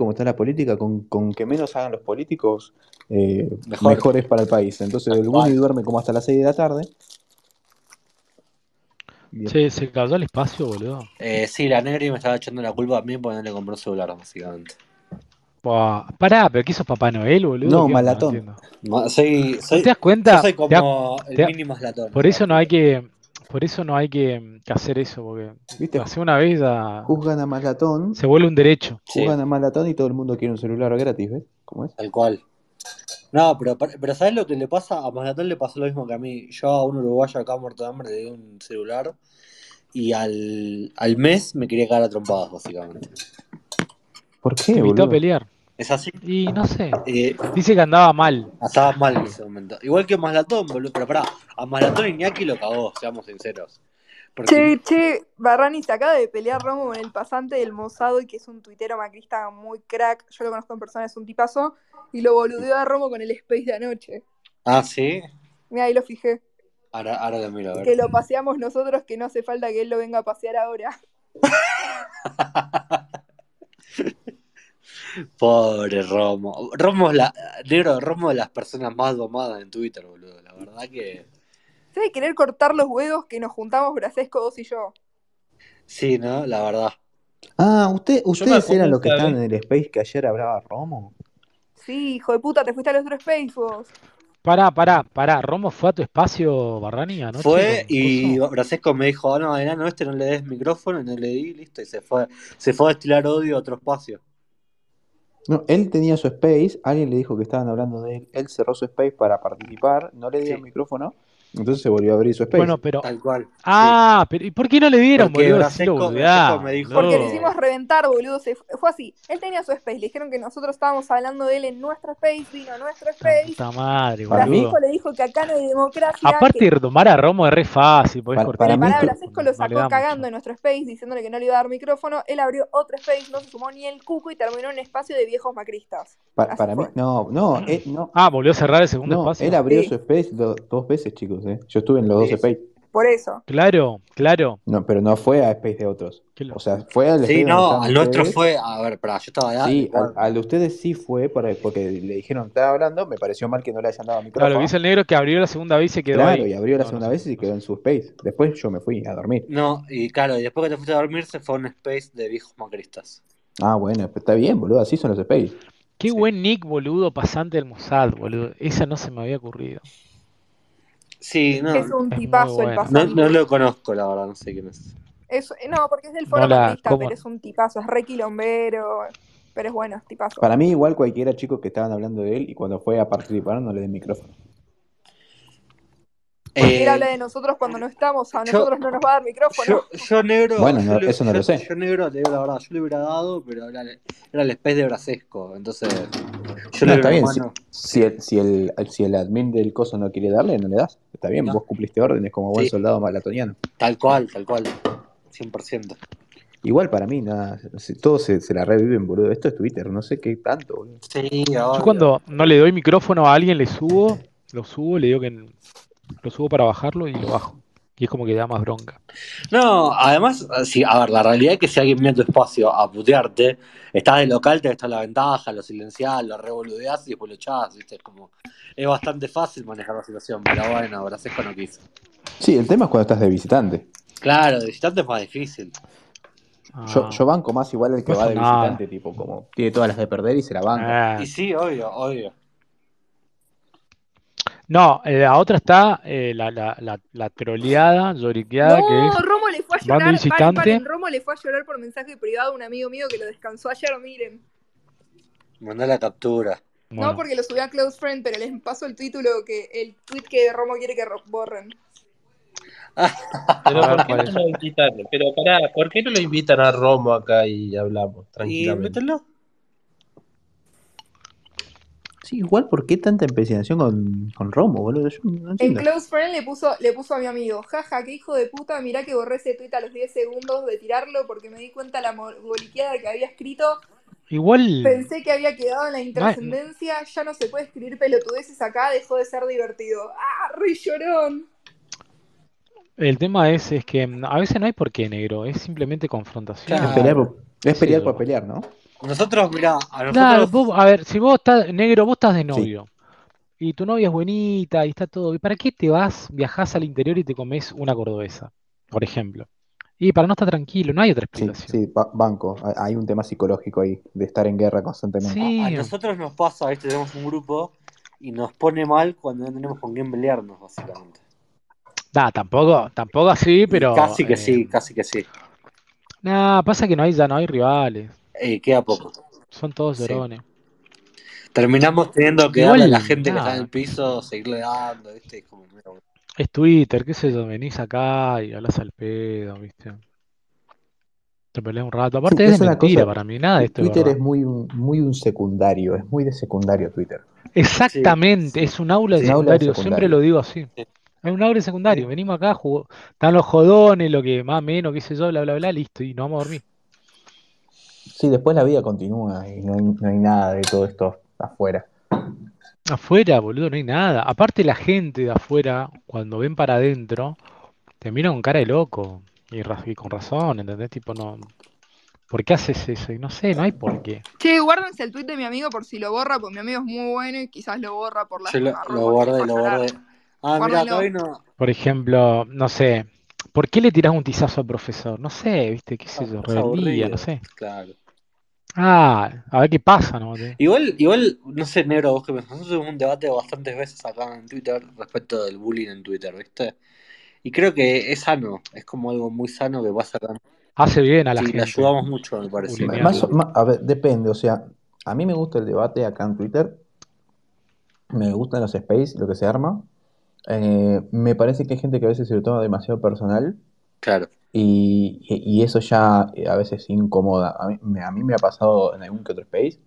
como está la política, con, con que menos hagan los políticos, eh, Mejor. mejor es para el país. Entonces el Guni duerme como hasta las 6 de la tarde. Bien. Che, se cayó el espacio, boludo. Eh, sí, la Negri me estaba echando la culpa a mí porque no le compró un celular, básicamente. Buah, Pará, pero ¿qué sos Papá Noel, boludo? No, ¿Qué onda? Malatón. entiendo. Ma- Soy, soy, ¿Te das yo cuenta? soy ¿Te das- como te- el mínimo latón. Por eso no hay que, por eso no hay que, que hacer eso, porque ¿Viste? hace una vez ya Juzgan a Malatón, se vuelve un derecho. Sí, juzgan a Malatón y todo el mundo quiere un celular gratis, ¿ves? ¿Cómo es? tal cual. No, pero, pero ¿sabes lo que le pasa? A Maslatón le pasó lo mismo que a mí. Yo a un uruguayo acá muerto de hambre le di un celular y al, al mes me quería cagar a trompadas, básicamente. ¿Por Te qué, invitó a boludo? pelear. Es así. Y no sé, Eh, dice que andaba mal. Estaba mal en ese momento. Igual que Maslatón, boludo. Pero pará, a Maslatón Iñaki lo cagó, seamos sinceros. Porque Che, che, Barrani se acaba de pelear Romo con el pasante del Mosado, y que es un tuitero macrista muy crack. Yo lo conozco en persona, es un tipazo. Y lo boludeó a Romo con el Space de anoche. Ah, sí. Mira, ahí lo fijé. Ahora, ahora lo miro, a ver. Que lo paseamos nosotros, que no hace falta que él lo venga a pasear ahora. Pobre Romo. Romo es la. Negro, Romo es de las personas más domadas en Twitter, boludo. La verdad que. Se debe querer cortar los huevos que nos juntamos Brasesco, vos y yo. Sí, ¿no? La verdad. Ah, usted, ustedes acuerdo eran los que una estaban en el Space que ayer hablaba Romo. Sí, hijo de puta, te fuiste al otro Space vos. Pará, pará, pará. ¿Romo fue a tu espacio, Barrani, anoche? Fue con y coso? Brasesco me dijo, ah, no, enano, este no le des micrófono, y no le di, listo, y se fue. Se fue a destilar odio a otro espacio. No, él tenía su space, alguien le dijo que estaban hablando de él, él cerró su space para participar, no le dio Sí. el micrófono, entonces se volvió a abrir su space. Bueno, pero... Tal cual. sí. Ah, pero ¿y por qué no le dieron, Porque boludo? Brasesco- Decilo, Brasesco boludeá, me dijo- Porque boludo. lo hicimos reventar, boludo. Se fu- fue así. Él tenía su space. Le dijeron que nosotros estábamos hablando de él en nuestro space. Vino a nuestro La space. puta madre, Para mí- boludo. Brasesco le dijo que acá no hay democracia. que- Aparte, domar a Romo es re fácil. podés Para- cortar Pero para el mí pará, que- micrófono, Brasesco lo no le sacó da mucho. cagando en nuestro space diciéndole que no le iba a dar micrófono. Él abrió otro space, no se sumó ni el cuco y terminó en un espacio de viejos macristas. Pa- así para mí, fue. no, no, eh, no, Ah, volvió a cerrar el segundo no, espacio. él abrió Sí. su space do- dos veces, chicos, eh. Yo estuve en los dos Sí. space, Por eso. Claro, claro. no, pero no fue a space de otros. Qué lo- O sea, fue al Sí, space donde no, estaban al nuestro ustedes. fue. A ver, pará, yo estaba. Sí, al, bueno, al Ah, de ustedes sí fue para- porque le dijeron estaba hablando, me pareció mal que no le hayan dado micrófono. Claro, lo que dice el negro es que abrió la segunda vez y se quedó Claro, ahí. y abrió la No, segunda no sé, vez y se no quedó sé. en su space. Después yo me fui a dormir. No, y claro, y después que te fuiste a dormir se fue a un space de viejos macristas. Ah, bueno, pero está bien, boludo, así son los space. Qué Sí. buen nick, boludo, pasante del Mossad, boludo. Esa no se me había ocurrido. Sí, no, es no, un es muy tipazo el bueno. pasante. no lo conozco, la verdad, no sé quién es. Es- no, porque es del foro No la- macrista, ¿cómo? pero es un tipazo. Es re quilombero. Pero es bueno, es tipazo. Para mí, igual cualquiera chico que estaban hablando de él y cuando fue a participar no le den micrófono. Porque él Eh, habla de nosotros cuando no estamos. A yo- nosotros no nos va a dar micrófono. yo, yo negro. Bueno, yo no, le- eso no yo- lo sé. Yo negro, te digo la verdad, yo le hubiera dado, pero era, era el space de Brasesco. Entonces, yo No, le está hubiera bien, mano. Si el, si, el, si el admin del coso no quiere darle, no le das. Está bien, No. vos cumpliste órdenes como buen Sí. soldado malatoniano. Tal cual, tal cual. 100%. Igual para mí, nada, se- todos se, se la reviven, boludo. Esto es Twitter, no sé qué tanto, boludo. Sí, Yo cuando no le doy micrófono a alguien, le subo, lo subo, le digo que n- lo subo para bajarlo y lo bajo. Y es como que da más bronca. No, además, sí, a ver, la realidad es que si alguien viene a tu espacio a putearte, estás de local, tenés toda la ventaja, lo silenciás, lo revoludeás y después lo echás, ¿viste? Es como, es bastante fácil manejar la situación, pero bueno, Brasesco no quiso. Sí, el tema es cuando estás de visitante. Claro, de visitante es más difícil. Yo, Ah. yo banco más igual el que No va son de nada. visitante, tipo, como tiene todas las de perder y se la banca. Ah. Y sí, obvio, obvio. No, eh, la otra está eh, la, la, la, la troleada, lloriqueada, que No, es. Romo le fue a Bando llorar. Paren, visitante. paren, Romo le fue a llorar por mensaje privado a un amigo mío que lo descansó ayer, miren. Mandá la captura. Bueno, No porque lo subí a Close Friend, pero les paso el título que el tweet que Romo quiere que ro- borren. A ver, Pero ¿por qué ¿cuál no es? lo invitan? Pero pará, ¿por qué no lo invitan a Romo acá y hablamos Y tranquilamente? mételo. Sí, igual, ¿por qué tanta empecinación con, con Romo, boludo? Yo no En entiendo. Close Friend le puso, le puso a mi amigo, jaja, qué hijo de puta, mirá que borré ese tweet a los 10 segundos de tirarlo porque me di cuenta la mo- boliqueada que había escrito. Igual. Pensé que había quedado en la intrascendencia, ya no se puede escribir pelotudeces acá, dejó de ser divertido. ¡Ah, re llorón! El tema es, es que mm, a veces no hay por qué, negro, es simplemente confrontación. Es Claro. pelear, por, es Sí, pelear yo- por pelear, ¿no? Nosotros, mirá, a nosotros. Claro, vos- a ver, si vos estás negro, vos estás de novio. Y tu novia es bonita y está todo. ¿Y para qué te vas, viajás al interior y te comes una cordobesa, por ejemplo? Y para no estar tranquilo, no hay otra Sí, explicación. sí, ba- banco. Hay- Hay un tema psicológico ahí, de estar en guerra constantemente. Sí. A, a nosotros nos pasa, ¿viste? tenemos un grupo y nos pone mal cuando no tenemos con quién pelearnos, básicamente. Da, tampoco, tampoco así, Y pero. casi que eh, sí, casi que sí. Nah, pasa que no hay, ya no hay rivales. Eh, queda poco. Son todos Sí. llorones. Terminamos teniendo que Igual, darle a la gente que nada. está en el piso, seguirle dando, ¿viste? Es como, mira, bueno. Es Twitter, qué sé yo, venís acá y hablas al pedo, ¿viste? Te peleas un rato. Aparte es es de una mentira cosa- para mí, nada de esto es Twitter verdad. es muy un, muy un secundario, es muy de secundario Twitter. Exactamente, es un aula de Es un aula de secundario, siempre secundario. lo digo así. Sí. Es un aula de secundario, venimos acá, jugó- están los jodones, lo que más, menos, qué sé yo, bla, bla, bla, listo, y nos vamos a dormir. Sí, después la vida continúa y no hay, no hay nada de todo esto afuera. Afuera, boludo, no hay nada. Aparte la gente de afuera, cuando ven para adentro, te miran con cara de loco, y, ra- y con razón, ¿entendés? Tipo, no... ¿Por qué haces eso? Y no sé, no hay por qué. Che, guárdense el tweet de mi amigo por si lo borra, porque mi amigo es muy bueno y quizás lo borra por la Yo lo, lo guardé, lo guardé. Ah, mira, Guárdalo. todavía no. Por ejemplo, no sé, ¿por qué le tirás un tizazo al profesor? No sé, viste, qué sé yo, Ah, Es rebeldía, aburrido, no sé. Claro. Ah, a ver qué pasa, ¿no? Igual, igual, no sé, negro, vos que pensás, nosotros tuvimos un debate bastantes veces acá en Twitter respecto del bullying en Twitter, ¿viste? Y creo que es sano, es como algo muy sano que pasa acá. Hace bien a la Sí, le gente. ayudamos mucho, me parece. Bulinear. Más o- ma- a ver, depende, o sea, a mí me gusta el debate acá en Twitter, me gustan los space, lo que se arma. Eh, me parece que hay gente que a veces se lo toma demasiado personal Claro. y, y- y eso ya eh, a veces incomoda. A mí, me, a mí me ha pasado en algún que otro space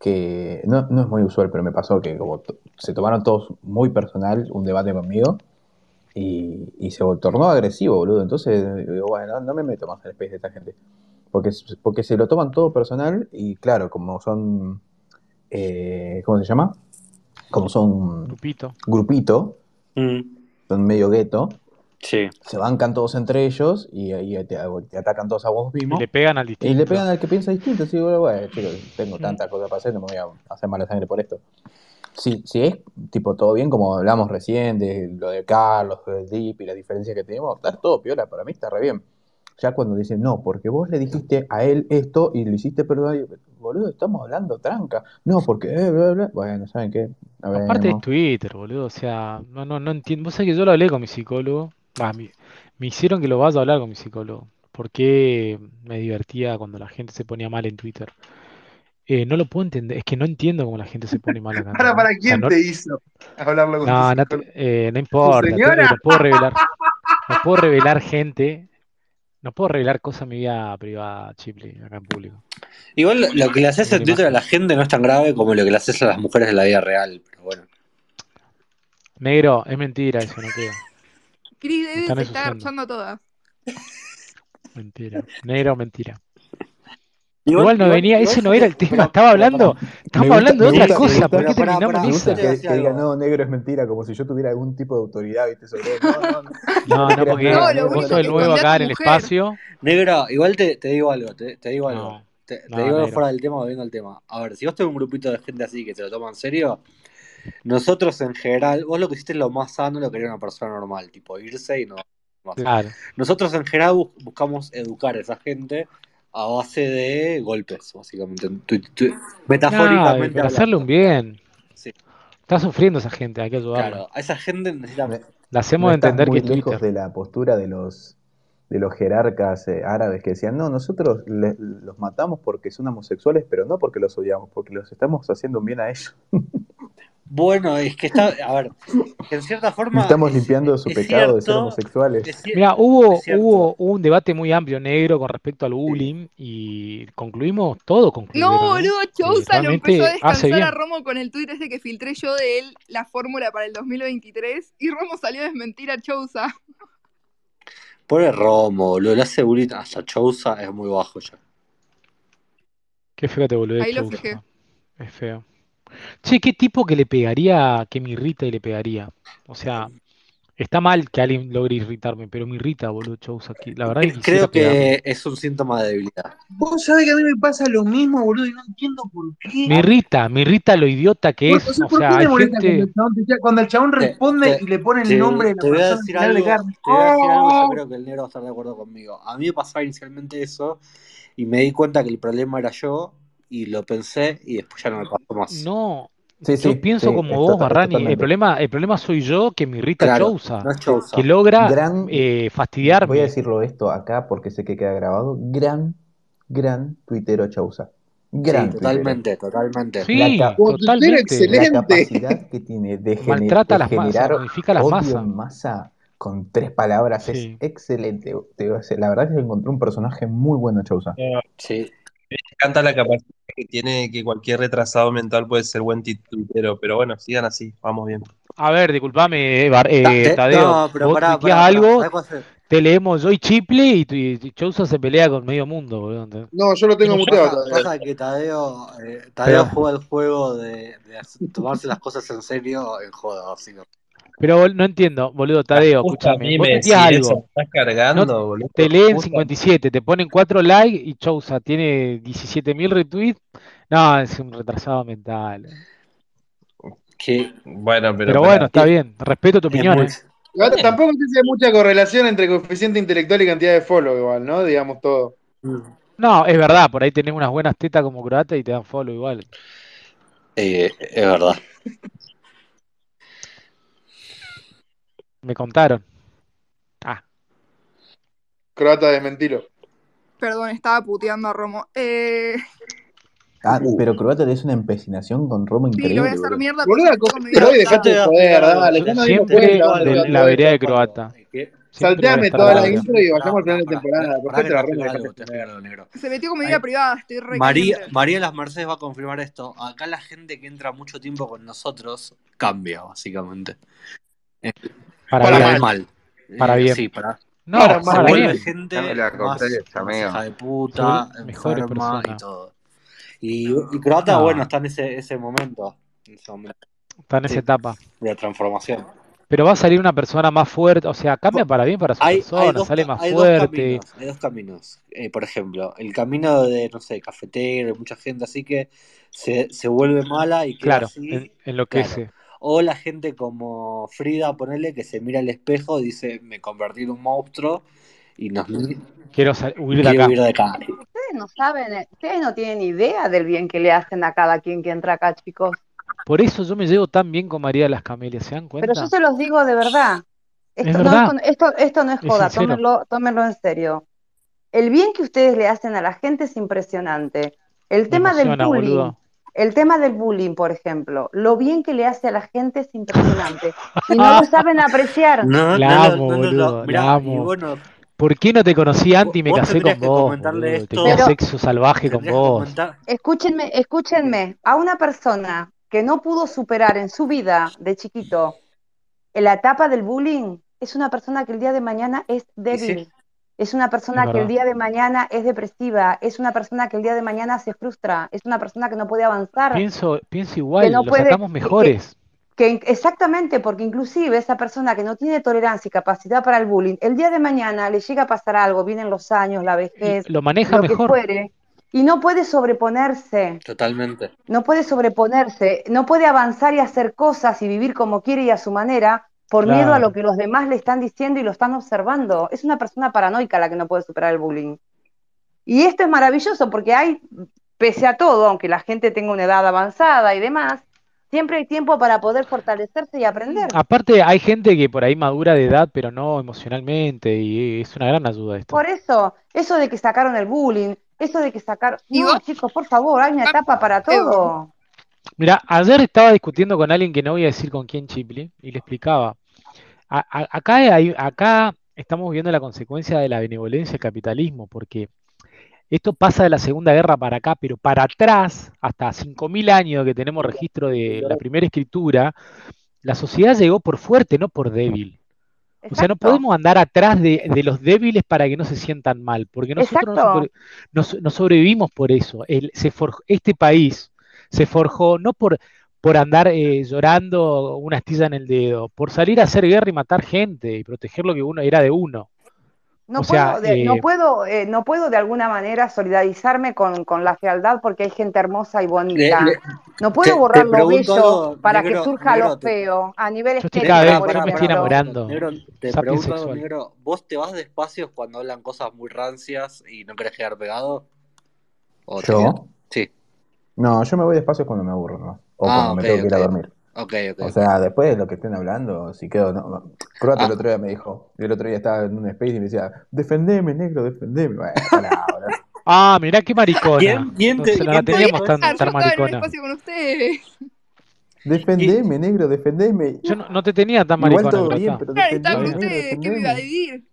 que no, no es muy usual, pero me pasó que como to- se tomaron todos muy personal un debate conmigo y, y se tornó agresivo, boludo. Entonces, digo, bueno, no me meto más en el space de esta gente. Porque, s- porque se lo toman todo personal y claro, como son, eh, ¿cómo se llama? Como son Grupito. grupito, Mm, son medio gueto, sí. se bancan todos entre ellos y ahí te, te atacan todos a vos Y mismo. le pegan al Y distinto. le pegan al que piensa distinto. Así, bueno, bueno, chicos, tengo Mm. tanta cosa para hacer, no me voy a hacer mala sangre por esto. Si, si es tipo todo bien, como hablamos recién, de lo de Carlos, lo del Deep y las diferencias que tenemos, está todo piola, para mí está re bien. Ya cuando dicen, no, porque vos le dijiste a él esto y lo hiciste, pero ay, boludo, estamos hablando tranca. No, porque, eh, bla, bla. Bueno, ¿saben qué? A ver, Aparte es no. Twitter, boludo. O sea, no, no, no entiendo. Vos sabés que yo lo hablé con mi psicólogo. Va, mi- me hicieron que lo vaya a hablar con mi psicólogo. Porque me divertía cuando la gente se ponía mal en Twitter. Eh, no lo puedo entender. Es que no entiendo cómo la gente se pone mal acá. ¿Para, ¿entendés? para O sea, quién Ah, no, te hizo hablarlo con no, tu no te- psicólogo? eh, no importa. señora? tengo- no puedo revelar. No puedo revelar gente. No puedo revelar cosas en mi vida privada, chiple, acá en público. Igual lo- lo que le haces Una en Twitter a la gente no es tan grave como lo que le haces a las mujeres de la vida real, pero bueno. Negro, es mentira eso, no queda. Chris Me Davis están se está ensuciando. garchando todas. Mentira. Negro, mentira. Igual no venía, ese no era el tema, estaba hablando- Estamos Me gusta- hablando de me gusta- me otra cosa, gusta- ¿por qué pará, terminamos pará, en Me gusta esa? Te voy a que, decir que diga, algo. no, negro es mentira, como si yo tuviera algún tipo de autoridad, ¿viste? Sobre él. No, no, no. No, no, creas porque nada, No, lo negro, vos único sos el que nuevo escondí a acá tu en el mujer. espacio. Negro, igual te, te digo algo, te, te digo algo. No, Te, te no, digo algo negro. fuera del tema, volviendo al tema. A ver, si vos tenés un grupito de gente así que se lo toma en serio, nosotros en general, vos lo que hiciste es lo más sano, lo que haría una persona normal, tipo irse y no. más. Claro. Nosotros en general bus- buscamos educar a esa gente a base de golpes, básicamente. Tu- tu- No, y metafóricamente. para hacerle hablando. un bien. Sí. Está sufriendo esa gente, hay que ayudarla. Claro, a esa gente necesita. Me- La No hacemos estás entender que muy es lejos Twitter. de la postura de los, de los jerarcas eh, árabes que decían, no, nosotros le- los matamos porque son homosexuales, pero no porque los odiamos, porque los estamos haciendo un bien a ellos. Bueno, es que está. A ver, en cierta forma. Estamos es- limpiando de su es pecado de ser cierto, homosexuales. es cier- Mira, hubo, es cierto. hubo un debate muy amplio negro con respecto al bullying y concluimos, todo concluyeron. No, ¿eh? boludo, Chousa lo realmente empezó a hace descansar bien. a Romo con el tuit ese que filtré yo de él, la fórmula para el 2023, y Romo salió a desmentir a Chousa. Pobre Romo, boludo. Le hace bullying hasta Chousa es muy bajo ya. Qué feo te volvés, Ahí lo Chousa. fijé. Es feo. Che, qué tipo que le pegaría, que me irrita y le pegaría. O sea, Está mal que alguien logre irritarme, pero me irrita, boludo, Chous aquí. La verdad que quisiera Eh, Creo pegarle. que es Este un síntoma de debilidad. Vos sabés que a mí me pasa lo mismo, boludo, y no entiendo por qué. Me irrita, me irrita lo idiota que No, es. no sé o por sea, qué me hay molesta gente- cuando el chabón, te- cuando el chabón responde te- y le pone Te- el nombre de la te voy a persona decir al final algo, de carne. te voy a decir algo, yo ¡Oh! creo que el negro va a estar de acuerdo conmigo. A mí me pasaba inicialmente eso y me di cuenta que el problema era yo y lo pensé y después ya no me pasó más. No, Sí, yo sí, pienso sí, como es vos, tota- es Barrani. El totalmente. problema, el problema soy yo que me irrita Claro, Chousa, no es Chousa. que logra Gran, eh, voy a fastidiarme. decirlo esto acá porque sé que queda grabado. Gran, gran tuitero Chausa. Sí, Gran tuitero. totalmente, totalmente. La Sí, capa- Como tuitero, totalmente. La excelente. capacidad que tiene de, gene- Maltrata a de las masas, generar modifica a las odio masas. en masa con tres palabras es Sí. excelente. Te digo, es- La verdad que encontré un personaje muy bueno, Chausa. Eh, Me Sí, encanta la capacidad que tiene que cualquier retrasado mental puede ser buen tuitero, pero bueno, sigan así, vamos bien. A ver, disculpame, eh, Bar- Ta- eh, te- Tadeo. no, pero Vos pará, tuiteás pará, pará. algo, ¿Sabés cuál es el- te leemos yo y Chiple y, tu- y Chousa se pelea con medio mundo, boludo. ¿entendés? No, yo lo tengo muteado Pasa, todavía. pasa que Tadeo, eh, Tadeo Pero, juega el juego de, de hacer- tomarse las cosas en serio en joda, así que- pero bol- no entiendo, boludo, Tadeo, Justo a escúchame. mí Vos me tuiteás decís eso, me algo, estás no cargando, boludo. te leen Justo a mí 57, te ponen 4 likes y Chousa tiene 17.000 retweets. No, es un retrasado mental. eh. que Bueno, pero Pero bueno, para. está bien, respeto tu es opinión, mucho. ¿eh? Igual Tampoco sé si hay mucha correlación entre coeficiente intelectual y cantidad de follow, igual, ¿no? Digamos todo. Mm. No, es verdad, por ahí tenés unas buenas tetas como croata y te dan follow igual. Eh, es verdad. Me contaron. Ah, Croata desmentilo. Perdón, estaba puteando a Romo. Eh, Ah, Uh. pero Croata es una empecinación con Romo sí, lo voy a increíble, hacer boludo. mierda, pero Boluda, estoy con mi Pero hoy vida. yo este dejate te voy de a joder, explicar algo. dale, Yo ya no dimos siempre cuenta, explico boludo, algo, de te la voy a boludo. vereda de explicar algo. croata. Es que- Siempre voy a Salteame estar toda del la Pará, lado de- intro y pará, vayamos al pará, final de pará, temporada. pará Después que te te la voy a explicar remo, dejaste algo, te voy a explicar algo, negro. Se metió con mi Ahí. vida privada, estoy re María, caliente. María Las Mercedes va a confirmar esto. Acá la gente que entra mucho tiempo con nosotros cambia, básicamente. Eh, Para Para para bien, el mal, mal. para Eh, bien. sí, para. para No, Se mal. para vuelve bien. Dame gente la más, cocktails, más amigo. hija de Se vuelven puta, mejores enferma y personas. todo. Y, y Croata, bueno, No, está en ese, ese momento. En ese momento está en esa sí, etapa. de transformación. Pero va a salir una persona más fuerte, o sea, cambia para bien para su Hay, hay, persona, dos, sale ca- más hay dos fuerte. caminos, hay dos caminos. Eh, por ejemplo, el camino de, no sé, cafetero, de mucha gente así que se, se vuelve mala y queda Claro, en, así, claro. enloquece. O la gente como Frida, ponele, que se mira al espejo y dice, me convertí en un monstruo y nos, Quiero sal- huir de quiero acá. huir de acá. Ustedes no saben, eh, ustedes no tienen idea del bien que le hacen a cada quien que entra acá, chicos. Por eso yo me llevo tan bien con María de las Camelias, ¿se dan Pero yo cuenta? se los digo de verdad. Es Esto no es, verdad, con- esto, esto no es es joda, sincero. tómenlo, tómenlo en serio. El bien que ustedes le hacen a la gente es impresionante. El Me tema del emociona, bullying, boludo. el tema del bullying, por ejemplo, lo bien que le hace a la gente es impresionante y no lo saben apreciar. No, no La lo, amo, no nos lo. boludo, la Mirá, y amo. bueno, ¿Por qué no te conocí antes vo- y me vos casé tendrías con que vos, comentarle boludo? Tenía Pero esto, sexo salvaje con tendrías que vos. comentar. Escúchenme, escúchenme, a una persona que no pudo superar en su vida de chiquito la etapa del bullying, es una persona que el día de mañana es ¿Y sí? débil, es una Es persona que el verdad. día de mañana es depresiva, es una persona que el día de mañana se frustra, es una persona que no puede avanzar, Pienso, pienso que igual, no lo puede, sacamos que, que- mejores. que in- exactamente, porque inclusive esa persona que no tiene tolerancia y capacidad para el bullying, el día de mañana le llega a pasar algo, vienen los años, la L- vejez, Lo maneja lo que mejor. fuere, y no puede sobreponerse. Totalmente. No puede sobreponerse, no puede avanzar y hacer cosas y vivir como quiere y a su manera por miedo a lo Claro. que los demás le están diciendo y lo están observando. Es una persona paranoica la que no puede superar el bullying. Y esto es maravilloso porque hay, pese a todo, aunque la gente tenga una edad avanzada y demás, siempre hay tiempo para poder fortalecerse y Mm, aprender. Aparte, hay gente que por ahí madura de edad, pero no emocionalmente, y es una gran ayuda esto. Por eso, eso de que sacaron el bullying, eso de que sacaron... Y No, vos, chicos, por favor, hay una papá, etapa para Edu. todo. Mira, ayer estaba discutiendo con alguien que no voy a decir con quién Chipli, y le explicaba. A- a- acá, hay- acá estamos viendo la consecuencia de la benevolencia del capitalismo, porque esto pasa de la Segunda Guerra para acá, pero para atrás, hasta 5.000 años que tenemos registro de la primera escritura, la sociedad llegó por fuerte, no por débil. O sea, no Exacto, podemos andar atrás de, de los débiles para que no se sientan mal, porque nosotros no, exacto. super- no so- no sobrevivimos por eso. El- se forj- este país se forjó no por, por andar eh, llorando una astilla en el dedo, por salir a hacer guerra y matar gente y proteger lo que uno era de uno. No O sea, puedo, de, no, eh, puedo, eh, no puedo de alguna manera solidarizarme con, con la fealdad porque hay gente hermosa y Le- bonita. le- no puedo te- borrar te lo pregunto bello algo, para negro, que surja negro, lo te- feo a nivel Yo estoy cada estético, vez- por yo Ah, me estoy ejemplo. enamorando. Negro, te Sapiens pregunto algo, sexual. negro. ¿Vos te vas despacio cuando hablan cosas muy rancias y no querés quedar pegado? ¿O te quedas? ¿Yo? Sí. No, yo me voy despacio cuando me aburro, ¿no? O cuando Ah, me ok, tengo que ir a ok. dormir. Ok, ok, O ok. sea, después de lo que estén hablando, si quedo. No, no. Croata el Ah. otro día me dijo. El otro día estaba en un space y me decía: Defendeme, negro, defendeme. Bueno, pará, boludo. Ah, mirá qué maricona. ¿Quién, quién No, te, se- no la quién te teníamos dijo tan, eso? Ah, yo tan estaba en un maricona. espacio con ustedes. ¿Qui- Defendeme, negro, defendeme. Yo no, no te tenía tan Igual maricona, todo bien, Crota. pero Claro, estaba defendeme, con Está bien. ustedes. negro, ¿Qué me iba a defendeme. dividir?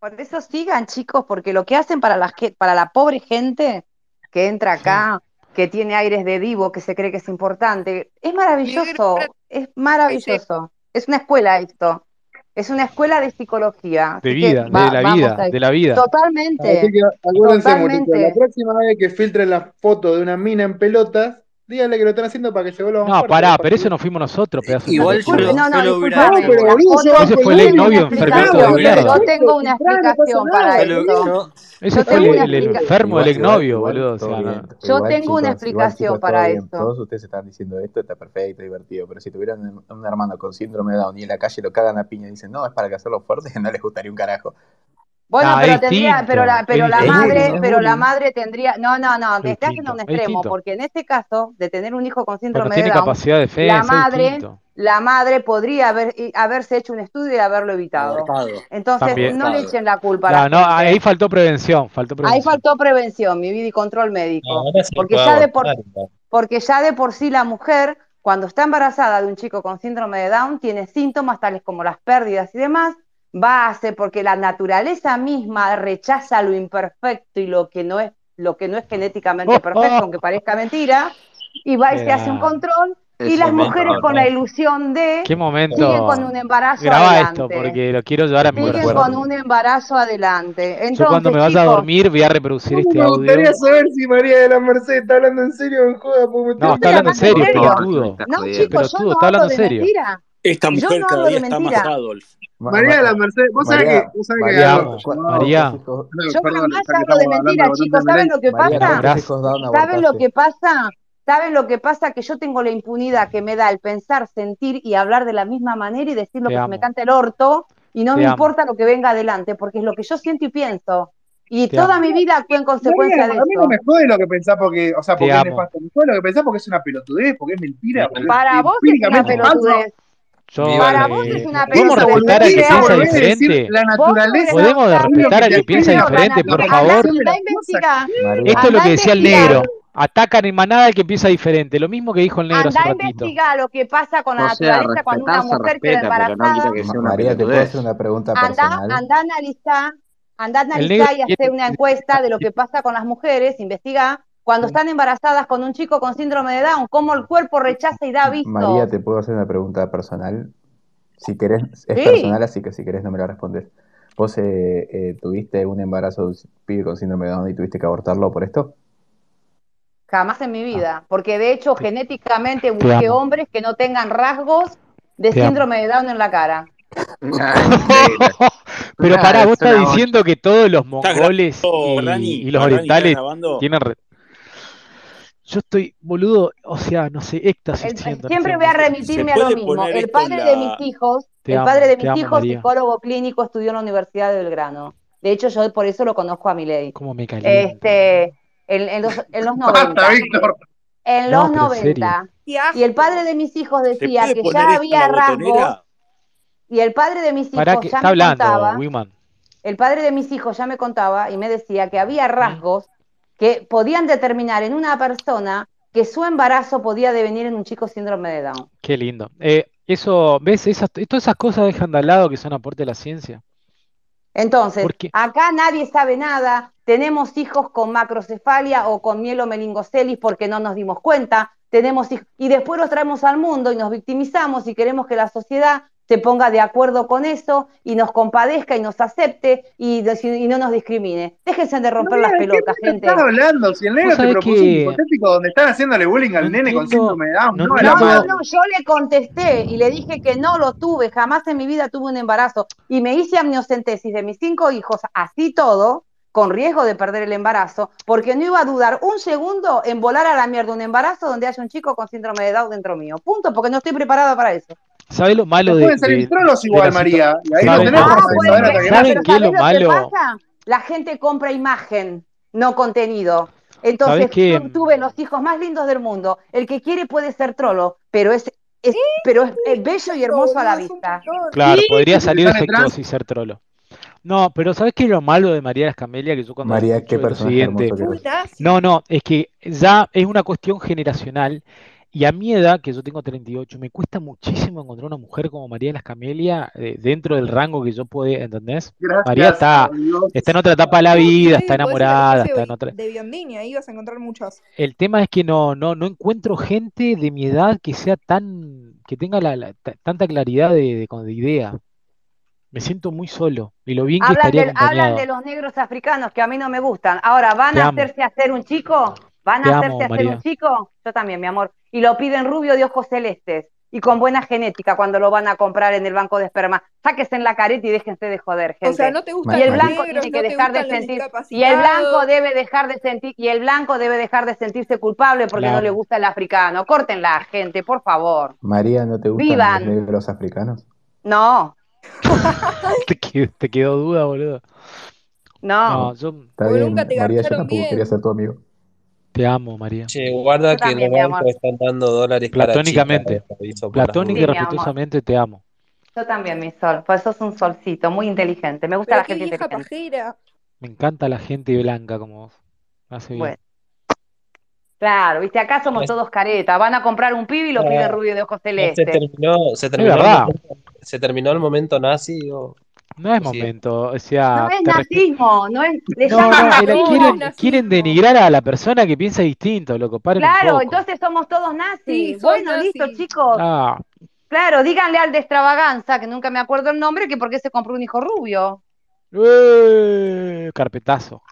Por eso sigan, chicos, porque lo que hacen para la, ge- para la pobre gente que entra Sí. acá, que tiene aires de divo, que se cree que es importante, es Negro, ahora maravilloso, es maravilloso. Es una escuela esto, es una escuela de psicología, De así que vida, de va- la vamos vida, ahí. de la vida. Así Totalmente, que acuérdense, muchachos, la totalmente. próxima vez que filtren la foto de una mina en pelotas, díganle que lo están haciendo para que se vuelvan No, fuertes. pará, pero porque- eso no fuimos nosotros, pedazo de Igual yo Disculpe, lo, Pelotudo. no, yo no, lo No, hubiera discúlpame. pero hecho. Las boludo, yo fotos Ese fue el apoyé mi exnovio Yo enfermito lo de explicaron. hubiera mierda. Yo explicación, tengo una filtrá, no pasa explicación nada, para Yo, lo- esto. boludo. yo, Ese Yo fue tengo el, una el explicación. enfermo del Igual, igual, exnovio, igual, boludo. O todo sea, no. bien, Yo igual tengo una chicos, igual explicación chicos, todo para bien. esto. Todos ustedes están diciendo esto, está perfecto, divertido, pero si tuvieran un, un hermano con síndrome de Down y en la calle lo cagan a piña y dicen, no, es para que hacerlo fuerte, no les gustaría un carajo. Bueno, Nah, Ah, es pero tendría, pero distinto, la, es pero la Es distinto. bullying, madre, es pero la bullying. madre tendría, no, no, no, Es te estás yendo a distinto, un es extremo, distinto. porque en este caso de tener un hijo con Porque no síndrome de tiene Down, capacidad de la defensa, es madre, distinto. la madre podría haber, y- haberse hecho un estudio y haberlo evitado. abortado, Entonces, También. no le abortado. echen la culpa a la No, no, ahí gente. faltó prevención, faltó Ahí prevención. faltó prevención, mi vida y control médico, Ahora se le porque puede ya de por, abortar. ¿no? porque ya de por sí la mujer, cuando está embarazada de un chico con síndrome de Down, tiene síntomas tales como las pérdidas y demás, va a hacer, porque la naturaleza misma rechaza lo imperfecto y lo que no es, lo que no es Oh, genéticamente perfecto, aunque parezca mentira, y va y se hace un Era. control, y las Lamento, mujeres con la ¿no? ilusión de ¿Qué siguen con momento? un embarazo Graba esto adelante, ¿eh? porque lo quiero llevar a mi Muy siguen fuerte. con corazón. un embarazo adelante. Yo cuando Entonces, me vaya a chicos, dormir voy a reproducir ¿Cómo este me gustaría audio. saber si María de la Merced está hablando en serio o en joda? Porque me No, no tiene está estoy hablando en hablando en serio. serio, Por favor, que me pelotudo. estás No, jodiendo. chicos, yo Pelotudo, no está hablo hablando en de serio. mentira. Esta Yo mujer no hablo de todavía está mentira. más Adolf. Ma- María de la ma- Merced, vos sabés que, María, vos sabés que Te María, algo amo. llamado. ¿cuántos María, hijos, No, Yo perdón, jamás ya que hablo de estamos hablando mentira, de botón de chicos. ¿Saben Merey. lo que María, pasa? ¿cuántos abrazo. hijos Down ¿Saben lo abortaste? que pasa? ¿Saben lo que pasa? Que yo tengo la impunidad que me da el pensar, sentir y hablar de la misma manera y decir lo Te que se me amo, canta el orto y no me te amo, importa lo que venga adelante, porque es lo que yo siento y pienso. Y te toda amo, mi vida actúa en María, consecuencia de a mí no me eso. jode lo que pensás porque, o sea, te porque es amo. nefasto. Me jode lo que pensás porque es una pelotudez, porque es mentira, Viva porque la- es Para vos es una empíricamente No, falso. pelotudez. yo, viva Para la- vos es eh, una Esa ¿podemos respetar al pelotudez. que boludez, piensa Ahora, volvés a decir diferente? la vos naturaleza ¿Podemos sobrepasás es lo que respetar al te que piensa no, afirma la diferente, natu- por la andá, favor? razón andá de a las cosas. investigar, María, Esto es andá lo a que decía el investigar, negro. Atacan en manada al que piensa diferente. Lo mismo que dijo el negro andá hace un a ratito. investigar lo que pasa con la O sea, naturaleza cuando una respetar se mujer queda respeta, pero no embarazada. quiere que Ma- sea una María, ¿te puedo hacer pelotudez. una pregunta Andá, personal? andá a analizar, andá a El negro analizar y hacer quiere una encuesta de lo que pasa con las mujeres, investigá, cuando están embarazadas con un chico con síndrome de Down, cómo el cuerpo rechaza y da María, avisos. ¿te puedo hacer una pregunta personal? Si querés, es Sí, personal, así que si querés no me la respondes. ¿Vos eh, eh, tuviste un embarazo de un pibe con síndrome de Down y tuviste que abortarlo por esto? jamás en mi Ah, vida, porque de hecho Te, genéticamente te busqué amo, hombres que no tengan rasgos de te amo. síndrome de Down en la cara. Ah, increíble. Pero pará, Ah, vos es estás una bocha. diciendo que todos los ¿Estás mongoles grabando, y, Rani? y los ¿Rani, estás orientales grabando? tienen... re- Yo estoy, boludo, o sea, no sé, éxtasis El- el- siento en este siempre voy a momento. ¿Se remitirme a lo puede mismo. poner El esto en padre de mis la... hijos, Te el padre amo, de te mis amo, hijos, María. psicólogo clínico, estudió en la Universidad de Belgrano. De hecho, yo por eso lo conozco a Milei. Cómo me calienta, boludo. Este, en, en los, en los Basta, 90, Víctor. en los No, pero en serio. 90. Qué Y el padre asco. de mis hijos ¿Se decía puede que poner ya esto en la había rasgos, botonera? y el padre de mis Pará hijos que ya está me hablando, contaba Wiman. el padre de mis hijos ya me contaba y me decía que había Mm. rasgos que podían determinar en una persona que su embarazo podía devenir en un chico síndrome de Down. Qué lindo. Eh, eso, ¿ves? Esas, todas esas cosas dejan de al lado que son aporte a la ciencia. Entonces, Porque, acá nadie sabe nada, tenemos hijos con macrocefalia o con mielomeningocelis porque no nos dimos cuenta, tenemos hij- y después los traemos al mundo y nos victimizamos y queremos que la sociedad se ponga de acuerdo con eso y nos compadezca y nos acepte y, de- y no nos discrimine. Déjense de romper las Mira, ¿de qué pelotas, mierda gente. estás hablando? Si el negro Vos te sabés propuso que- un hipotético donde están haciéndole bullying al No nene con entiendo- síndrome de Down, no no, a la No, no, madre. no, yo le contesté y le dije que no lo tuve, jamás en mi vida tuve un embarazo. Y me hice amniocentesis de mis cinco hijos, así todo, con riesgo de perder el embarazo, porque no iba a dudar un segundo en volar a la mierda un embarazo donde haya un chico con síndrome de Down dentro mío. Punto, porque no estoy preparada para eso. ¿Sabes lo malo Te de, pueden salir de- trolos de igual, la situ- María. Y ahí no ¿Saben? tenés Ah, forma de puede saber ser. hasta qué ¿Saben pero qué es lo ¿sabés malo? pasa? La gente compra imagen, no contenido. Entonces ¿Sabés qué? yo tuve los hijos más lindos del mundo. El que quiere puede ser trolo, pero es, es- pero es, es bello y hermoso a la Boludo, es un vista. montón. Claro, podría ¿Viste salir que sale defectuoso y ser trolo. No, pero ¿sabes qué es lo malo de María Escamelia? Que yo cuando la María, escucho qué es lo personaje siguiente. hermoso que Muy sos. nazi. No, no, es que ya es una cuestión generacional y a mi edad, que yo tengo 38, me cuesta muchísimo encontrar una mujer como María de las Camelias eh, dentro del rango que yo podía, ¿entendés? María Gracias a está, Dios. está en otra etapa de la No, vida, podés, está podés agarrar enamorada, está en de, otra... de Biondini, ahí vas a encontrar muchos. El tema es que no, no, no encuentro gente de mi edad que sea tan, que tenga la, la- ta- tanta claridad de, de con- de idea. Me siento muy solo y lo bien que Hablan estaría del- hablan de acompañado. los negros africanos que a mí no me gustan. Ahora, ¿van Te a amo, hacerse hacer un chico? ¿Van te a hacerse amo, hacer un María. chico? Yo también, mi amor. Y lo piden rubio de ojos celestes y con buena genética cuando lo van a comprar en el banco de esperma. Sáquese en la careta y déjense de joder, gente. O sea, no te Y gustan el Ma- los blanco negros, tiene no que te dejar de gustan los sentir y el discapacitados. blanco debe dejar de sentir y el blanco debe dejar de sentirse culpable porque La no le amo. gusta el africano. Córtenla, gente, por favor. María, ¿no te gustan los Vivan. negros africanos? No, Te quedó, te quedó duda, boludo. no. No, yo Está O nunca bien, te María, yo garcharon tampoco quería bien. ser tu amigo. te amo, María. Che, guarda Yo que los también, mi amor. bancos están dando dólares para chicas, Platónicamente, te aviso por las Sí, platónica y dudas. mi amor. respetuosamente te amo. Yo también, mi sol. Pues sos un solcito, muy inteligente. Me gusta Pero la qué gente vieja inteligente. pajera. Me encanta la gente blanca como vos. Me hace bien. Bueno, claro, viste, acá somos Ya- todos caretas. Van a comprar un pibe y lo piden ya- rubio de ojos ya se celestes. terminó, se Es terminó el verdad, momento, se terminó el momento nazi o, no es o sigue. momento. O No sea, es te respeto. nazismo, no es, le No, llaman no, era- No, no es nazismo. quieren, quieren nazismo. denigrar a la persona que piensa distinto, loco, paren un Claro, poco. entonces somos todos Sí, nazis. sos Bueno, listo, nazi. chicos. Ah, Claro, díganle al de extravaganza, que nunca me acuerdo el nombre, que por qué se compró un hijo rubio. ¡eh! carpetazo.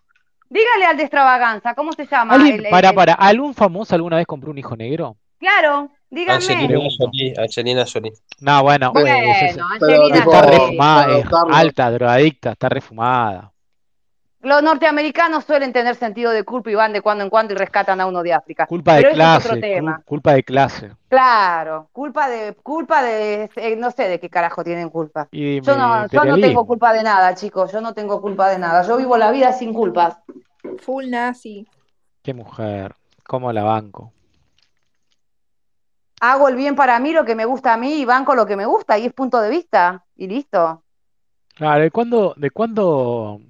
Díganle al de extravaganza, ¿cómo se llama? ¿Alguien, El, el- para, el- para, ¿algún famoso alguna vez compró un hijo negro? Claro, díganme. Angelina Pregunto. Jolie, Angelina Jolie. No, bueno, Bueno, eh, ese es- Pero Angelina está tipo, Jolie. para refumada, es adoptarlo. alta, drogadicta, está refumada. Los norteamericanos suelen tener sentido de culpa y van de cuando en cuando y rescatan a uno de África. Culpa de Pero ese es otro clase, cru- tema. culpa de clase. Claro, culpa de, culpa de, eh, no sé de qué carajo tienen culpa. Y Yo mi no, yo no tengo imperialismo. culpa de nada, chicos. Yo no tengo culpa de nada. Yo vivo la vida sin culpas. Full nazi. Qué mujer, cómo la banco. Hago el bien para mí, lo que me gusta a mí y banco lo que me gusta y es punto de vista y listo. Claro, ¿de cuándo, de cuándo,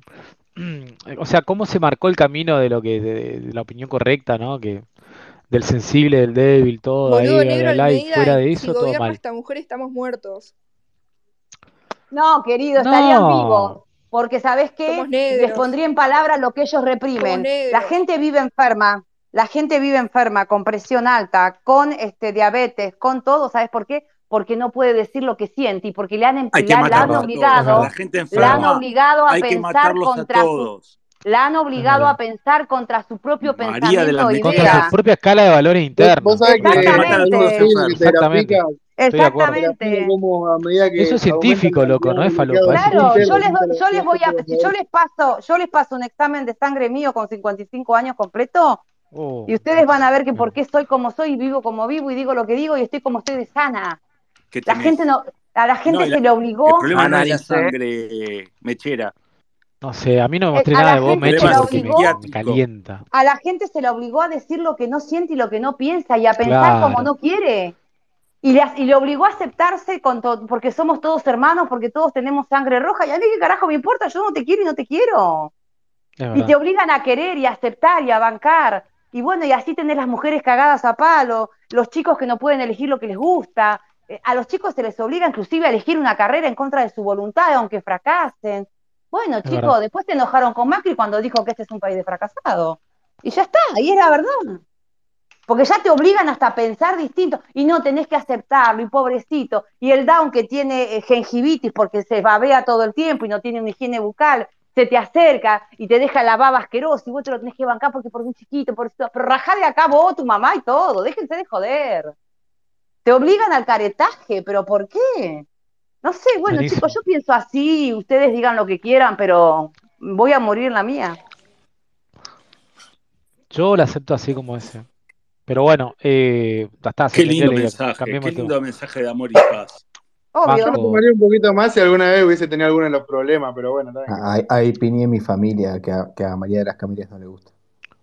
o sea, cómo se marcó el camino de lo que, de, de la opinión correcta, ¿no? Que del sensible, del débil, todo ahí, Boludo bla, negro bla, bla, y Almeida, fuera de si eso todo gobierna mal. esta mujer estamos muertos. No, querido, estarían vivos, No, porque ¿sabés Somos qué? Les negros. pondría en palabras lo que ellos Somos reprimen. La negros. gente vive enferma, la gente vive enferma, con presión alta, con este, diabetes, con todo, ¿sabes por qué? Porque no puede decir lo que siente y porque le han, Hay que la, la han matarlos verdad, es a todos. A la obligado, verdad. gente Es la han verdad. enferma obligado a hay que pensar matarlos a contra su, todos. la han es obligado a verdad. pensar contra su propio María de pensamiento las e Contra su idea. Meleas. propia escala de valores Vos, vos interna. sabés que Hay Totalmente, que matar a hay unos Exactamente, pibes todos que te exactamente. grafican, Estoy de acuerdo. te grafican exactamente. como a medida que Eso es aumentan la científico, loco, cantidad no de bloqueados es falopa, es en tu Claro, Twitter, yo científico. les, doy- yo aumentan la les cantidad voy que a, te si yo les paso, yo les paso un examen de sangre mío con 55 años completo, y Oh, ustedes van a ver que por bueno. qué soy como soy, y vivo como vivo, y digo lo que digo, y estoy como estoy de sana. que La gente tenés. no, a la No, gente el, se le El obligó, problema Ah, no es la analicé. sangre eh, mechera, Ah, No sé, a mí no me eh, mostré a nada la de vos, el gente se problema Meche, la es porque me, obligó, me psiquiátrico. calienta. a la gente se la obligó a decir lo que no siente y lo que no piensa, y a pensar como Claro. no quiere. Y le, y le obligó a aceptarse con to- porque somos todos hermanos, porque todos tenemos sangre roja, y a mí qué carajo me importa, yo no te quiero y no te quiero. Y Es te verdad. obligan a querer y a aceptar y a bancar. Y bueno, y así tenés las mujeres cagadas a palo, los chicos que no pueden elegir lo que les gusta. Eh, a los chicos se les obliga inclusive a elegir una carrera en contra de su voluntad, aunque fracasen. Bueno, Es verdad. chicos, después te enojaron con Macri cuando dijo que este es un país de fracasado. Y ya está, ahí es la verdad. Porque ya te obligan hasta a pensar distinto y no tenés que aceptarlo, y pobrecito. Y el down que tiene eh, gingivitis porque se babea todo el tiempo y no tiene una higiene bucal, se te acerca y te deja la baba asquerosa y vos te lo tenés que bancar porque por un chiquito, por esto. Pero rajá de acá vos, tu mamá y todo, déjense de joder. Te obligan al caretaje, pero ¿por qué? No sé, bueno, Buenísimo. chicos, yo pienso así, ustedes digan lo que quieran, pero voy a morir en la mía. Yo la acepto así como ese. Pero bueno, eh, ya está. se Qué entendió lindo la idea. mensaje, Cambiemos qué el tema. lindo mensaje de amor y paz. Obvio. Yo lo tomaría un poquito más si alguna vez hubiese tenido alguno de los problemas, pero bueno, está bien. Ahí, ahí piñé mi familia que a, que a María de las Camelias no le gusta.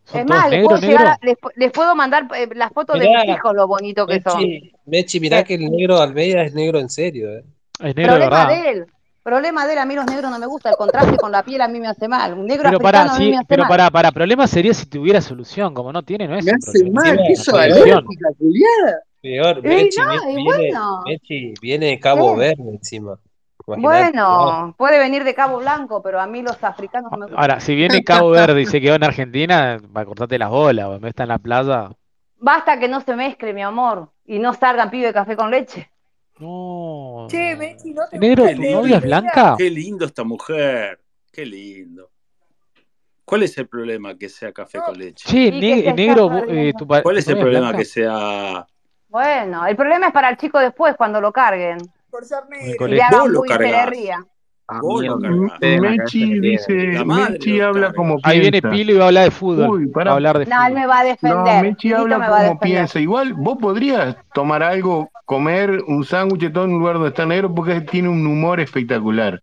¿Son Es todos más, les negros, puedo, llegar a- negros? les, les puedo mandar eh, las fotos Mirá. de mis hijos, lo bonito Este, que son. Mechi, Mechi, mirá que el negro de Almeida es negro en serio. eh. Es negro de Problema verdad. de él. Problema de él, a mí los negros no me gusta, el contraste con la piel a mí me hace mal. Un negro Pero africano para, a mí sí, me hace pero mal. para, para. Problema sería si tuviera solución. Como no tiene, no es Me un hace problema. mal, tiene qué que una soy solución. alérgica, culiada. Peor, Y Mechi, no, viene, y viene- bueno. Mechi viene de Cabo Eh. Verde encima. Imaginate. Bueno, puede venir de Cabo Blanco, pero a mí los africanos no me gustan. Ahora, si viene Cabo Verde y se quedó en Argentina, va a cortarte las bolas. o en vez de estar en la playa. Basta que no se mezcle, mi amor, y no salgan pibe de café con leche. No. Che, Mechi, ¿no te Negro, gusta ¿tu el negro novia es de blanca? Qué lindo esta mujer, qué lindo. ¿Cuál es el problema que sea café No. con leche? Che, Y que neg- se está negro, vos, eh, perdiendo. tu, pa- ¿Cuál tu es el novia es problema blanca? que sea Bueno, el problema es para el chico después, cuando lo carguen Por ser Con negro. y el le colegio. hagan Vos lo bullying, se le cargas. ría. Ah, Vos lo mierda, cargás. ustedes en la cabeza Mechi que dice, tienen. La madre Mechi los habla carga. como Ahí viene piensa. Pili y va a hablar de fútbol. Uy, Va a pará. hablar de No, él me fútbol. va a No, defender. Mechi Pilito habla me va a como defender. piensa. Igual vos podrías tomar algo, comer un sándwich en todo un lugar donde está negro porque tiene un humor espectacular.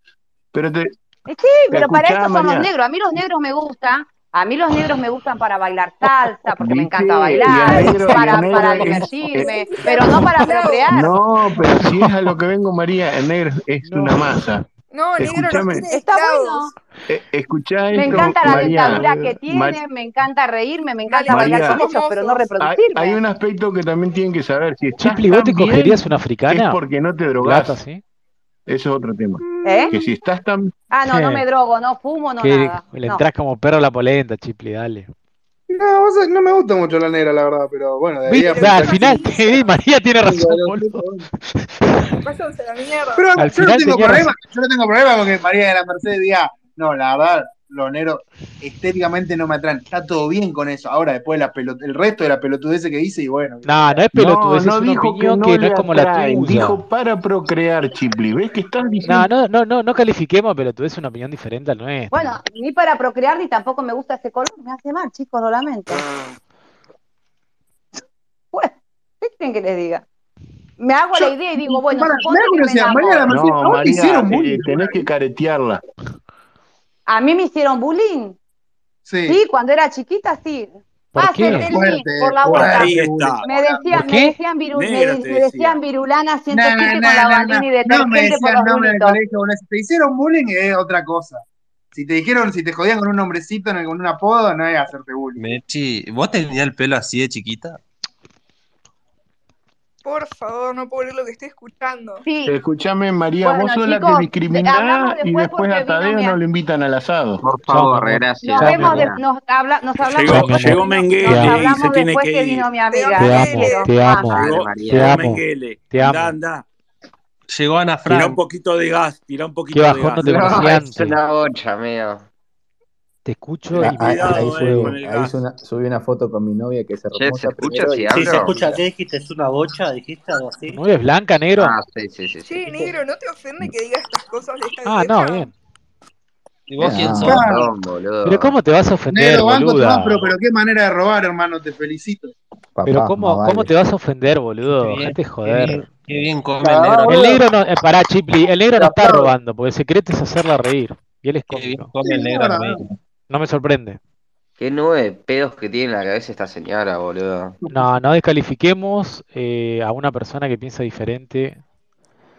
Pero te, Eh, Sí, pero para escuchá, eso son los María. negros. A mí los negros me gustan. A mí los negros me gustan para bailar salsa, porque me ¿Viste? encanta Y el bailar, negro, y el para, para negro es, eh, divertirme, pero no para procrear. no, pero si es a lo que vengo, María, el negro es No. una masa. No, negro nos Escúchame, tiene de Está esclavos. bueno. eh, escuchá Me esto, encanta la María, dentadura que Mar- tienen, me encanta reírme, Dale, me encanta bailar María, María, con somos ellos, pero no mozos. hay, hay reproducirme. un aspecto que también tienen que saber, si estás Chipli, ¿vos te tan cogerías bien, una es africana? porque no te Plata, drogás, ¿sí? Mm. eso es otro tema, ¿Eh? que si estás tan, Ah, no, no Che, me drogo, no fumo, no Eh, que nada. le No. entras como perro a la polenta, Chipli, dale. No, vos sabés que no me gusta mucho la negra, la verdad, pero bueno, de ahí a ¿Viste? Pero Da, qué pensar que. al final te di, maravilla. María tiene Pero razón, boludo. Váyanse a la mierda. Al yo no final tengo tenía problema, razón. yo no tengo problema con que María de la Mercedes diga, no, la verdad, los negros estéticamente no me atraen. Está todo bien con eso. Ahora, después la pelot- el resto de la pelotudez que dice, y bueno, que- No, no es No, pelotudez, es no una dijo que opinión no que no le es como la atraen, tuya. dijo para procrear, Chipli. ¿Ves que estás No, diciendo? no, no, no, no califiquemos a pelotudez, es una opinión diferente a la Bueno, nuestra. ni para procrear ni tampoco me gusta ese color, me hace mal, chicos, lo lamento. Bueno, ¿qué quieren que les diga? Me hago Yo, la idea y digo, bueno, para, me suponte da que me curiosidad, María de la enamoro. Mercedes, No, ¿a vos te María, hicieron eh, bullying alguna tenés que caretearla. A mí me hicieron bullying. vez? Sí. Sí, cuando era chiquita, sí. ¿Por Pásenme qué? el link Fuerte, por la boca. Ahí fuerte bullying. está. Me ¿Por decían, me qué? decían, viru- me, Negra di- te me decían decían. virulana No, 115 con la no, no, no. balina y No me detergente por decían los nombre del rulitos. colegio. boludo. Si te hicieron bullying es otra cosa. Si te dijeron, si te jodían con un nombrecito, en- con un apodo, no es hacerte bullying. Mechi, ¿vos tenías el pelo así de chiquita? Por favor, no puedo creer lo que estoy escuchando. Sí, Escuchame, María, vos bueno, sos la que chicos, de- hablamos discriminás y después después porque a vino Tadeo mi. no a- lo invitan al asado. Chao, Por mi favor, amor. Nos gracias. Chao, mi vemos, de- amor. María. nos, habla, nos hablamos Chao, Llegó, mi amor. después llegó que vino, nos Te Menguele amo. y se hablamos tiene después que que ir. vino mi Te amiga. Te Las amo, amo, quiero. te Ah. amo, Dale, Llegó, María. te llegó amo, Menguele. te Andá, amo. andá. Llegó Ana Tirá un Frank. poquito de gas, tirá un Qué poquito de bajón no gas. te No, conocí es antes. una bocha, amigo. Te escucho Ah, y me ah, ah, ahí Cuidado, eh, con sube, confundo. el ahí gas. sube una, sube una foto con mi novia que es Che, ¿se hermosa escucha primero y si Sí, se después hablo? escucha, bonita. ¿qué dijiste? ¿Es una bocha? ¿Dijiste algo ¿Tu así? novia es blanca, negro? Ah, sí, sí, sí, sí. Che, negro, ¿no te ofende que diga estas cosas de esta Ah, no, vieja? bien. ¿Y Eh, vos quién no, sos? ¿Quién Claro. son, Pero boludo? ¿cómo te vas a ofender, Negro banco tu afro, boluda? pero qué manera de robar, hermano, te felicito. Pero papá, más ¿cómo, cómo vale. te vas a ofender, Qué boludo? bien, Dejate de qué joder. bien, qué bien come el Cagá, negro. El boludo. negro no, eh, pará, Chipli, el negro Te no está aplaudo. robando, porque el secreto es hacerla reír. Y él es Qué bien cómico. come Sí, el no, negro ahora, Almeida. No me sorprende. ¿Qué nube de pedos que tiene en la cabeza esta señora, boludo? No, no descalifiquemos eh, a una persona que piensa diferente.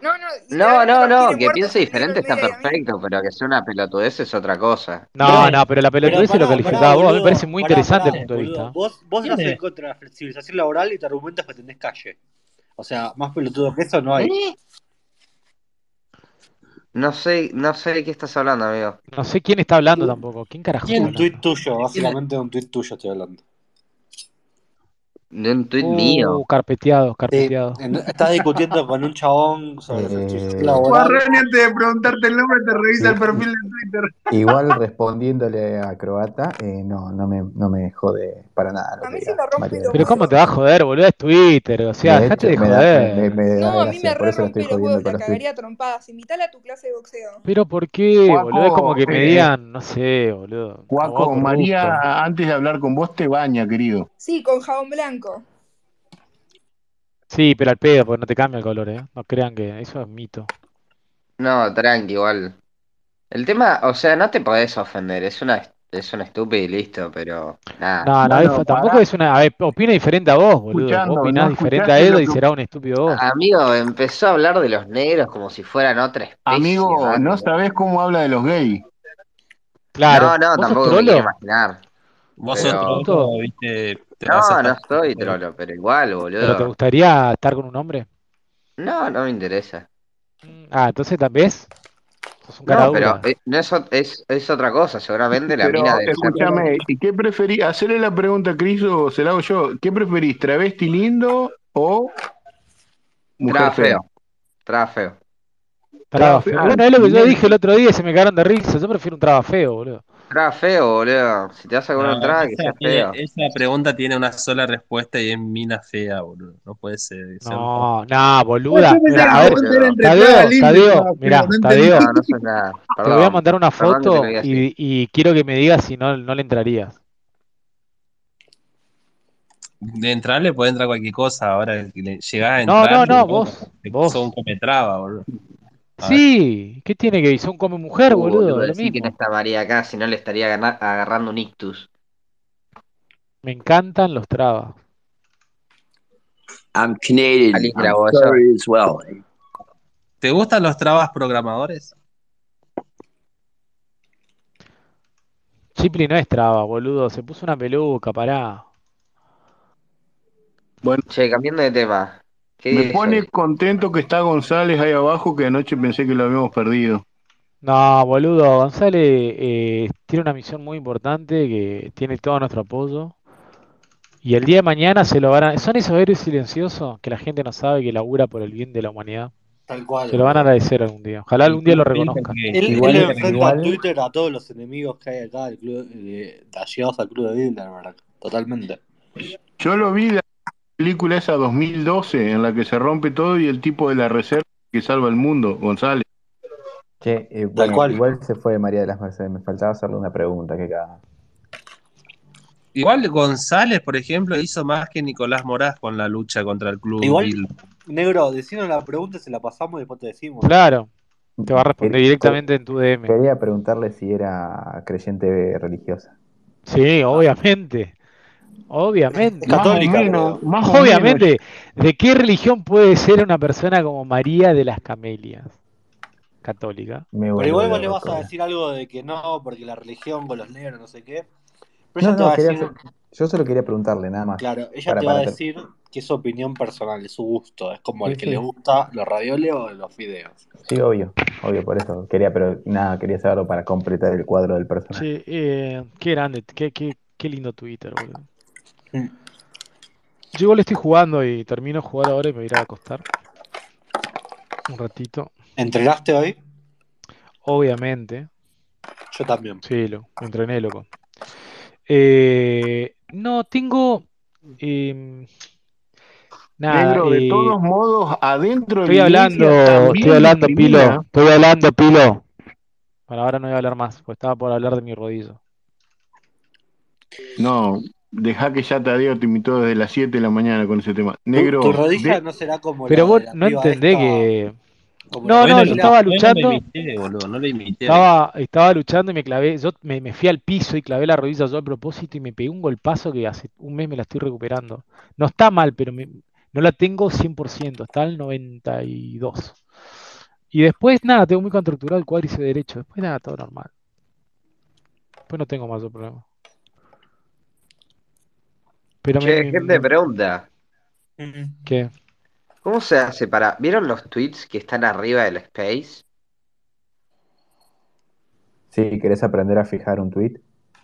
No, no, No, literalmente no, nos tiene no, que muertos piense al negro diferente en está media y a mí. perfecto, pero que sea una pelotudez es otra cosa. No, Pará, no, pero la pero pelotudez se lo pará, pará, calificaba vos. A mí me parece boludo. muy Pará, interesante el pará, punto de boludo. vez Vos, vos ¿Quién estás en es? contra de la flexibilización laboral y te argumentas que tenés calle. O sea, más pelotudo que eso no hay. ¿Eh? No sé, no sé de qué estás hablando, amigo. vista. No sé quién está hablando ¿Quién? tampoco. ¿Quién carajo está Un ¿Quién? tuit hablando? tuyo, ¿Quién es? básicamente un tuit tuyo estoy hablando. de un tuit Uh, mío. carpeteado, carpeteado. Eh, en- Está discutiendo con un chabón sobre Eh, su chiste laboral. Guarrani, antes de preguntarte el nombre, te revisa el perfil de Twitter. Igual respondiéndole a Croata, eh, no, no me, no me jode para nada. lo A que mí diga se me rompe María. Pero ¿cómo te va a joder, boludo? Es Twitter, o sea, De dejate de hecho, me da- joder. me- me- me da No, a mí gracia, me por re eso la rompe estoy los huevos, jodiendo la con los tweets. cagaría a trompadas. Invítala a tu clase de boxeo. Pero ¿por qué, Guaco, boludo? Es como que me eh, digan, no sé, boludo, abogado Guaco, corrupto. María, antes de hablar con vos, te baña, querido. Sí, con jabón blanco. Sí, pero al pedo, porque no te cambia el color, ¿eh? No crean que eso es mito. No, tranqui, igual. El tema, o sea, no te podés ofender, es una, es una estúpida y listo, pero nada. No, no, Bueno, eso tampoco Ah, pará. es una. a ver, opina diferente a vos, boludo. Vos Escuchando, opinás no diferente a escuchaste él lo y que será un estúpido vos. Amigo, empezó a hablar de los negros como si fueran otra especie, Amigo, no man. sabés cómo habla de los gays. Claro. No, no, ¿Vos sos tampoco me quiero trolo? imaginar. Vos Pero sos Pero. puto. trolo, viste, te vas a No, no estar. soy trolo, pero igual, ¿Pero te boludo. gustaría estar con un hombre? No, no me interesa. Mm, Ah, entonces tal vez. Sos un cara No, pero dura. eh, no es, ot- es, es otra cosa. Seguramente la mina Pero debe ser. escúchame, ¿y qué preferís? Hacerle la pregunta a Cris o se la hago yo. ¿Qué preferís, travesti lindo o mujer Traba fea? feo, traba feo. Traba Traba fea. feo. Ah, Bueno, es lo que yo bien. dije el otro día y se me cagaron de risa. Yo prefiero un traba feo, boludo. Traba feo, boludo. Si te vas a comer un No, traba, que esa, sea tiene- feo. esa pregunta tiene una sola respuesta y es mina fea, boludo. No puede ser. sea un- No, no, No, yo boluda. pensé que Mira, la a No, ver, pregunta era boludo. entre traba Tadeo, lindo y Tadeo, traba feo, mirá, no entendí. Tadeo. No, no sos nada. Te voy a Perdón. mandar una Perdón que te lo foto diga así. y, y quiero que me digas si no, no le entrarías. De entrar le puede entrar cualquier cosa. Ahora que le llegás a No, entrar, no, no, boludo, vos, sos un vos. cometraba, Ah, boludo. A ver. Sí, ¿qué tiene que ver? Son como mujer, Uh, boludo, boludo, es lo decir que no mismo. está María acá, si no le estaría gana- agarrando un ictus. Me encantan los trabas. I'm Canadian. Alice I'm grabó eso. sorry as well. ¿Te gustan los trabas programadores? Chipli no es traba, boludo. Se puso una peluca, pará. Bueno, Che, cambiando de tema. ¿Qué me día es pone hoy? contento que está González ahí abajo, que anoche pensé que lo habíamos perdido. No, boludo, González eh, tiene una misión muy importante que tiene todo nuestro apoyo. Y el día de mañana se lo van a... Son esos héroes silenciosos que la gente no sabe que labura por el bien de la humanidad. Tal cual, Se lo van a boludo. agradecer algún día. Ojalá El algún día lo Club Delta reconozcan. que, Él, él igual, Igual, enfrenta en igual, Twitter a todos los enemigos que hay acá del club, de, allegados al club de Bilderberg. Totalmente. Yo lo vi la película esa 2012 en la que se rompe todo y el tipo de la reserva que salva el mundo, González. che, eh, Tal bueno, cual. igual se fue María de las Mercedes. Me faltaba hacerle una pregunta que cada. igual González, por ejemplo, hizo más que Nicolás Moraz con la lucha contra el Club Igual, Bill. negro, decinos la pregunta, se la pasamos y después te decimos. Claro, te va a responder Quer- que- directamente en tu DM. Quería preguntarle si era creyente religiosa. Sí, Ah, obviamente. Es Obviamente. Más o católica, menos, creo. más o menos. Obviamente, ¿de qué religión puede ser una persona como María de las Camelias? Católica. Me Pero vuelvo igual vos le loco vas a ahora. decir algo de que no, porque la religión con los negros, no sé qué. Pero No, ella te va no, a quería decir, hacer. Yo solo quería preguntarle, nada más. claro, ella Para, te va a para. ter- decir que es su opinión personal, es su gusto. Es como Sí, el que le sí, gusta los ravioles o los fideos. sí, obvio. Obvio, por eso. Quería, pero nada, quería saberlo para completar el cuadro del personaje. Che, eh, qué grande, qué, qué, qué lindo Twitter, boludo. Mm. Yo igual estoy jugando y termino de jugar ahora y me voy a ir a acostar un ratito. ¿Entrenaste hoy? Obviamente. Yo también. Sí, lo, entrené, loco. Eh, no, tengo... em, nada, Negro, de eh, todos modos, adentro de la iglesia estoy hablando, estoy también hablando, discrimina. Pilo, estoy hablando, Pilo. Bueno, ahora no voy a hablar más, porque estaba por hablar de mi rodillo. No, deja que ya Tadeo te imitó desde las 7 de la mañana con ese tema. ¿Tu, tu Negro, rodilla de, no será como Pero la vos de la no piba entendés esta, que... como la No, Hoy no, no, yo Micaela? lo- estaba hoy no lo luchando, imité, boludo. No lo imité hoy. estaba, estaba luchando y me clavé, yo me, me fui al piso y clavé la rodilla yo a propósito y me pegué un golpazo que hace un mes me la estoy recuperando. No está mal, pero me- no la tengo 100%, está al 92. Y después, nada, tengo muy contracturado el cuádriceps derecho, después nada, todo normal. Después no tengo más problema. Pero me, Che, me, gente, me- pregunta. Ujú. Mm. ¿qué? ¿Cómo se hace para...? ¿Vieron los tweets que están arriba del space? Sí, ¿querés aprender a fijar un tweet?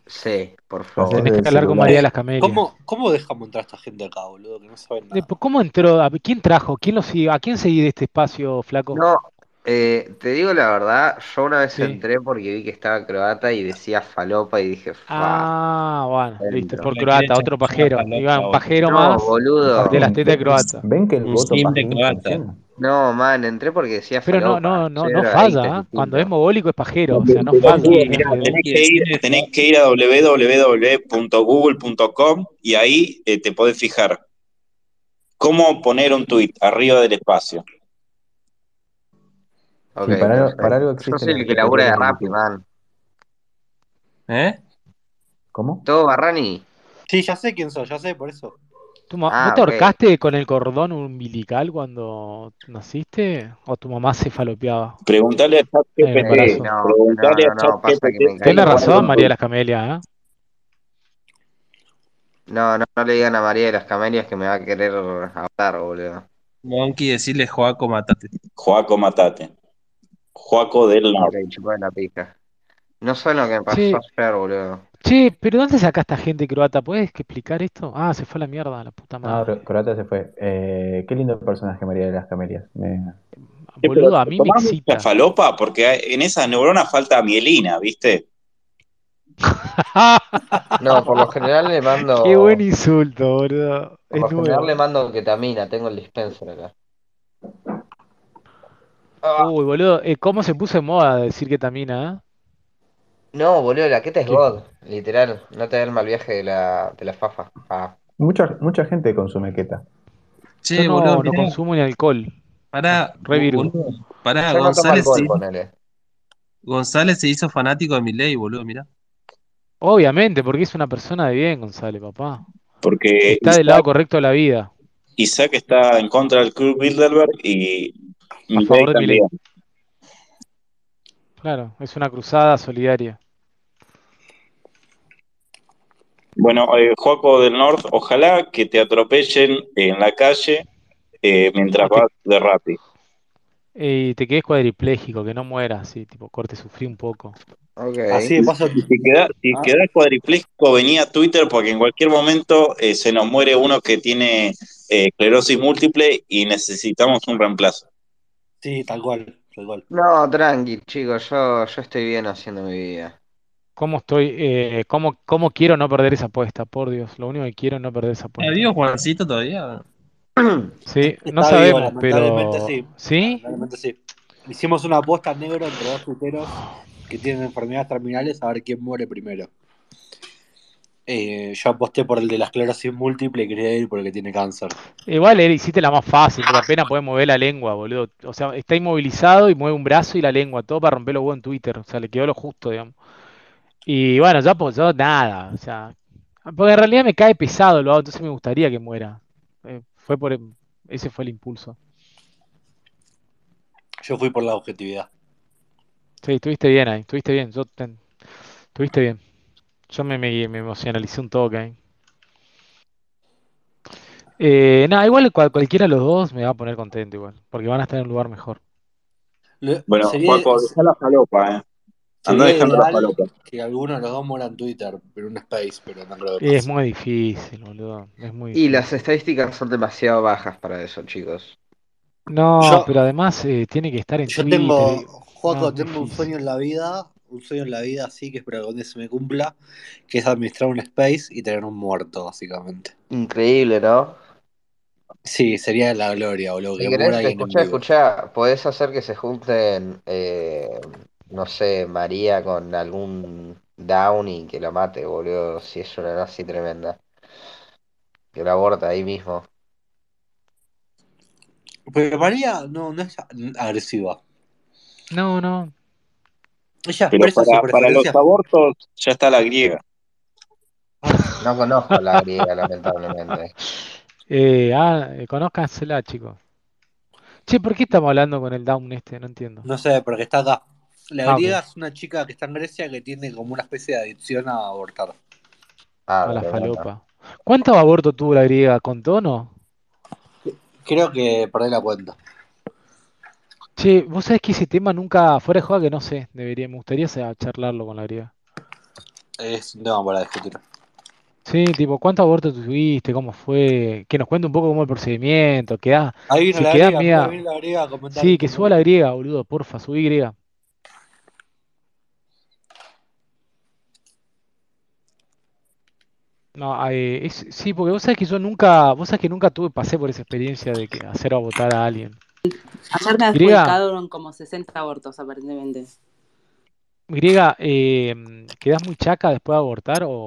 Sí, por Tenés favor. que hablar con María de las Camelias. ¿Cómo, ¿Cómo dejamos entrar a esta gente acá, boludo? Que no saben Eh, nada. pues, ¿Cómo entró? ¿A- ¿Quién trajo? ¿Quién lo siguió? ¿A quién seguí de este espacio, flaco? No, eh, te digo la verdad, yo una vez Sí. entré porque vi que estaba croata y decía falopa y dije, fa. Ah, bueno, Dentro. listo, por Me croata, quiere otro echar pajero. la palota, Iba un boludo. pajero No, más boludo. de las tetas de croata. Ven que el Un voto sim de pajín croata. funciona. No, man, entré porque decía Pero no, falopa. no, no, soy no drogadicto, es falla, ¿eh? distinto. Cuando es mogólico es pajero, o sea, no Pero, falla. tío, Es mirá, de- tenés que ir, tenés que ir a www.google.com y ahí eh, te podés fijar cómo poner un tweet arriba del espacio. Ok, Sí, para algo- perfecto. para algo Yo existen soy las el que labura de tutoriales de Rappi, YouTube. man. ¿Eh? ¿Cómo? ¿Todo Barrani? Sí, ya sé quién soy, ya sé, por eso. ¿Tu ma- ¿No Ah, te ok. ahorcaste con el cordón umbilical cuando naciste? ¿O tu mamá se falopeaba Preguntale a en el ChatGPT, Sí, embarazo? no, no, preguntale a no, no, pasa que me ChatGPT Tiene caí. cómo poner razón, un María de tweet. las Camelias, ¿eh? No, no, no le digan a María de las Camelias que me va a querer hablar, boludo. Monkey, decirle Joaco, matate. Joaco Matate. Joaco del Ok, Norte. chupame la pija. No sé lo que me pasó Che, ayer, boludo. che, pero ¿dónde saca esta gente croata? ¿Puedes explicar esto? Ah, se fue a la mierda, la puta No, madre. Cro- Croata se fue. Eh, qué lindo personaje María de las Camelias. Me- Sí, pero Eh, Boludo, a mí me tomás mucha excita. falopa porque hay- en esas neuronas falta mielina, ¿viste? No, por lo general le Qué buen mando. insulto, boludo. Por Es lo general nuevo. le mando ketamina, tengo el dispenser acá. Ah, Uy, boludo, eh, ¿cómo se puso en moda decir que tamina, eh? no, boludo, la queta es ¿Qué? God, literal. No te da el mal viaje de la, de la fafa. Ah. Mucha, mucha gente consume queta. Yo Che, no, boludo, no mirá, consumo ni alcohol. Ah, pará, Re bo- Virgo. boludo, pará, Yo no tomo González se, alcohol, ponele. González se hizo fanático de Milei, boludo, mirá. Obviamente, porque es una persona de bien, González, papá. Porque Está del lado Isaac, correcto de la vida. Isaac está en contra del Club Bilderberg y A Milei favor de mi ley. también. Claro, es una cruzada solidaria. Bueno, eh, Joaco del Norte, ojalá que te atropellen en la calle eh, mientras Y te, vas de Rappi. Eh, y te quedes cuadripléjico, que no mueras, sí, tipo, corte, sufrí un poco. Ok. Así de paso. Y Si quedás, si ah, quedás cuadripléjico, vení a Twitter porque en cualquier momento eh, se nos muere uno que tiene eh, esclerosis múltiple y necesitamos un reemplazo. Sí, tal cual, tal cual. No, tranqui, chicos, yo, yo estoy bien haciendo mi vida. ¿Cómo estoy? Eh, ¿cómo, cómo quiero no perder esa apuesta? Por Dios, lo único que quiero es no perder esa ¿Está apuesta. vivo Juancito todavía? Sí, no Está vivo, sabemos, lamentablemente pero... sí. ¿Sí? Lamentablemente sí. Hicimos una apuesta negro entre dos tuiteros que tienen enfermedades terminales a ver quién muere primero. Eh, yo aposté por el de la esclerosis múltiple y quería ir por el que tiene cáncer. Igual Eric, hiciste la más fácil, porque apenas podés mover la lengua, boludo. O sea, está inmovilizado y mueve un brazo y la lengua, todo para romper los huevos en Twitter. O sea, le quedó lo justo, digamos. Y bueno, ya pues yo nada, o sea, porque en realidad me cae pesado lo hago, entonces me gustaría que muera. Eh, fue por el- ese fue el impulso. Yo fui por la objetividad. Sí, estuviste bien ahí, estuviste bien, yo te- estuviste bien. Yo me, me, me emocionalicé un toque ahí. Eh, nada, igual cual- cualquiera de los dos me va a poner contento igual, porque van a estar en un lugar mejor. Lo- Bueno, sería, Joaco, dejá la falopa, ¿eh? Andá sería dejando la ideal falopa. que alguno de los dos muera en Twitter, pero en un space, pero no creo que Es pase. muy difícil, boludo, es muy Y las difícil. estadísticas son demasiado bajas para eso, chicos. No, Yo, pero además eh, tiene que estar en yo Twitter. tengo, y- No, es Joaco, muy tengo un difícil. sueño en la vida, un sueño en la vida así que espero que algún día se me cumpla, que es administrar un space y tener un muerto, básicamente. Increíble, ¿no? Sí, sería la gloria, boludo, Si que querés, muera alguien en escuchá, vivo. escuchá, podés hacer que se junten, eh, no sé, María con algún Downey que lo mate, boludo, si es una nazi tremenda. Que lo aborta ahí mismo. Pero María no, no es agresiva. No, no. Ella Pero expresa sus para, para los preferencias. abortos ya está la griega. No conozco la griega, lamentablemente. Eh, ah, eh, conózcansela, chicos. Che, ¿por qué estamos hablando con el down este? No entiendo. No sé, porque está acá. La Ah, griega ok. es una chica que está en Grecia que tiene como una especie de adicción a abortar. Ah, A la tremendo. falopa. ¿Cuánto aborto tuvo la griega? ¿Con tono? Creo que perdí la cuenta. Che, vos sabés que ese tema nunca, fuera de juego que no sé, debería, me gustaría sa- charlarlo con la griega. es un tema para discutir. Sí, tipo, ¿cuántos abortos tuviste? ¿Cómo fue? Que nos cuente un poco cómo el procedimiento. Quedá, Ahí viene si la quedás griega, media- ahí viene la griega a comentar Sí, esto, que ¿no? suba la griega, boludo, porfa, subí griega. No, eh, es- sí, porque vos sabés que yo nunca, vos sabés que nunca tuve, pasé por esa experiencia de que hacer votar a alguien. Ayer me Griega. adjudicaron como 60 abortos, aparentemente. Griega, eh, ¿quedás muy chaca después de abortar o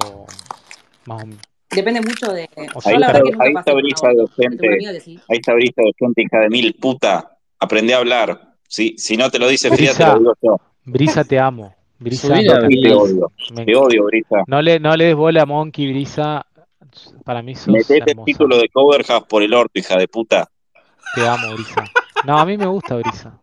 más o menos? Depende mucho de. Ahí Yo está, la verdad que nunca ahí está este- pasé por un brisa aborto. Yo tengo una docente. amiga que sí. Ahí está brisa docente, hija de mil puta. Aprende a hablar. Si, si no te lo dice Frida, te lo Brisa, digo yo. Brisa, te amo. Brisa, Yo me a ti te encantás. odio. Me Te enc- odio, Brisa. No le, no le des bola a Monkey, Brisa. Para mí sos Metete el hermosa. título de Coverhouse por el orto, hija de puta. Te amo, Brisa. No, a mí me gusta Brisa.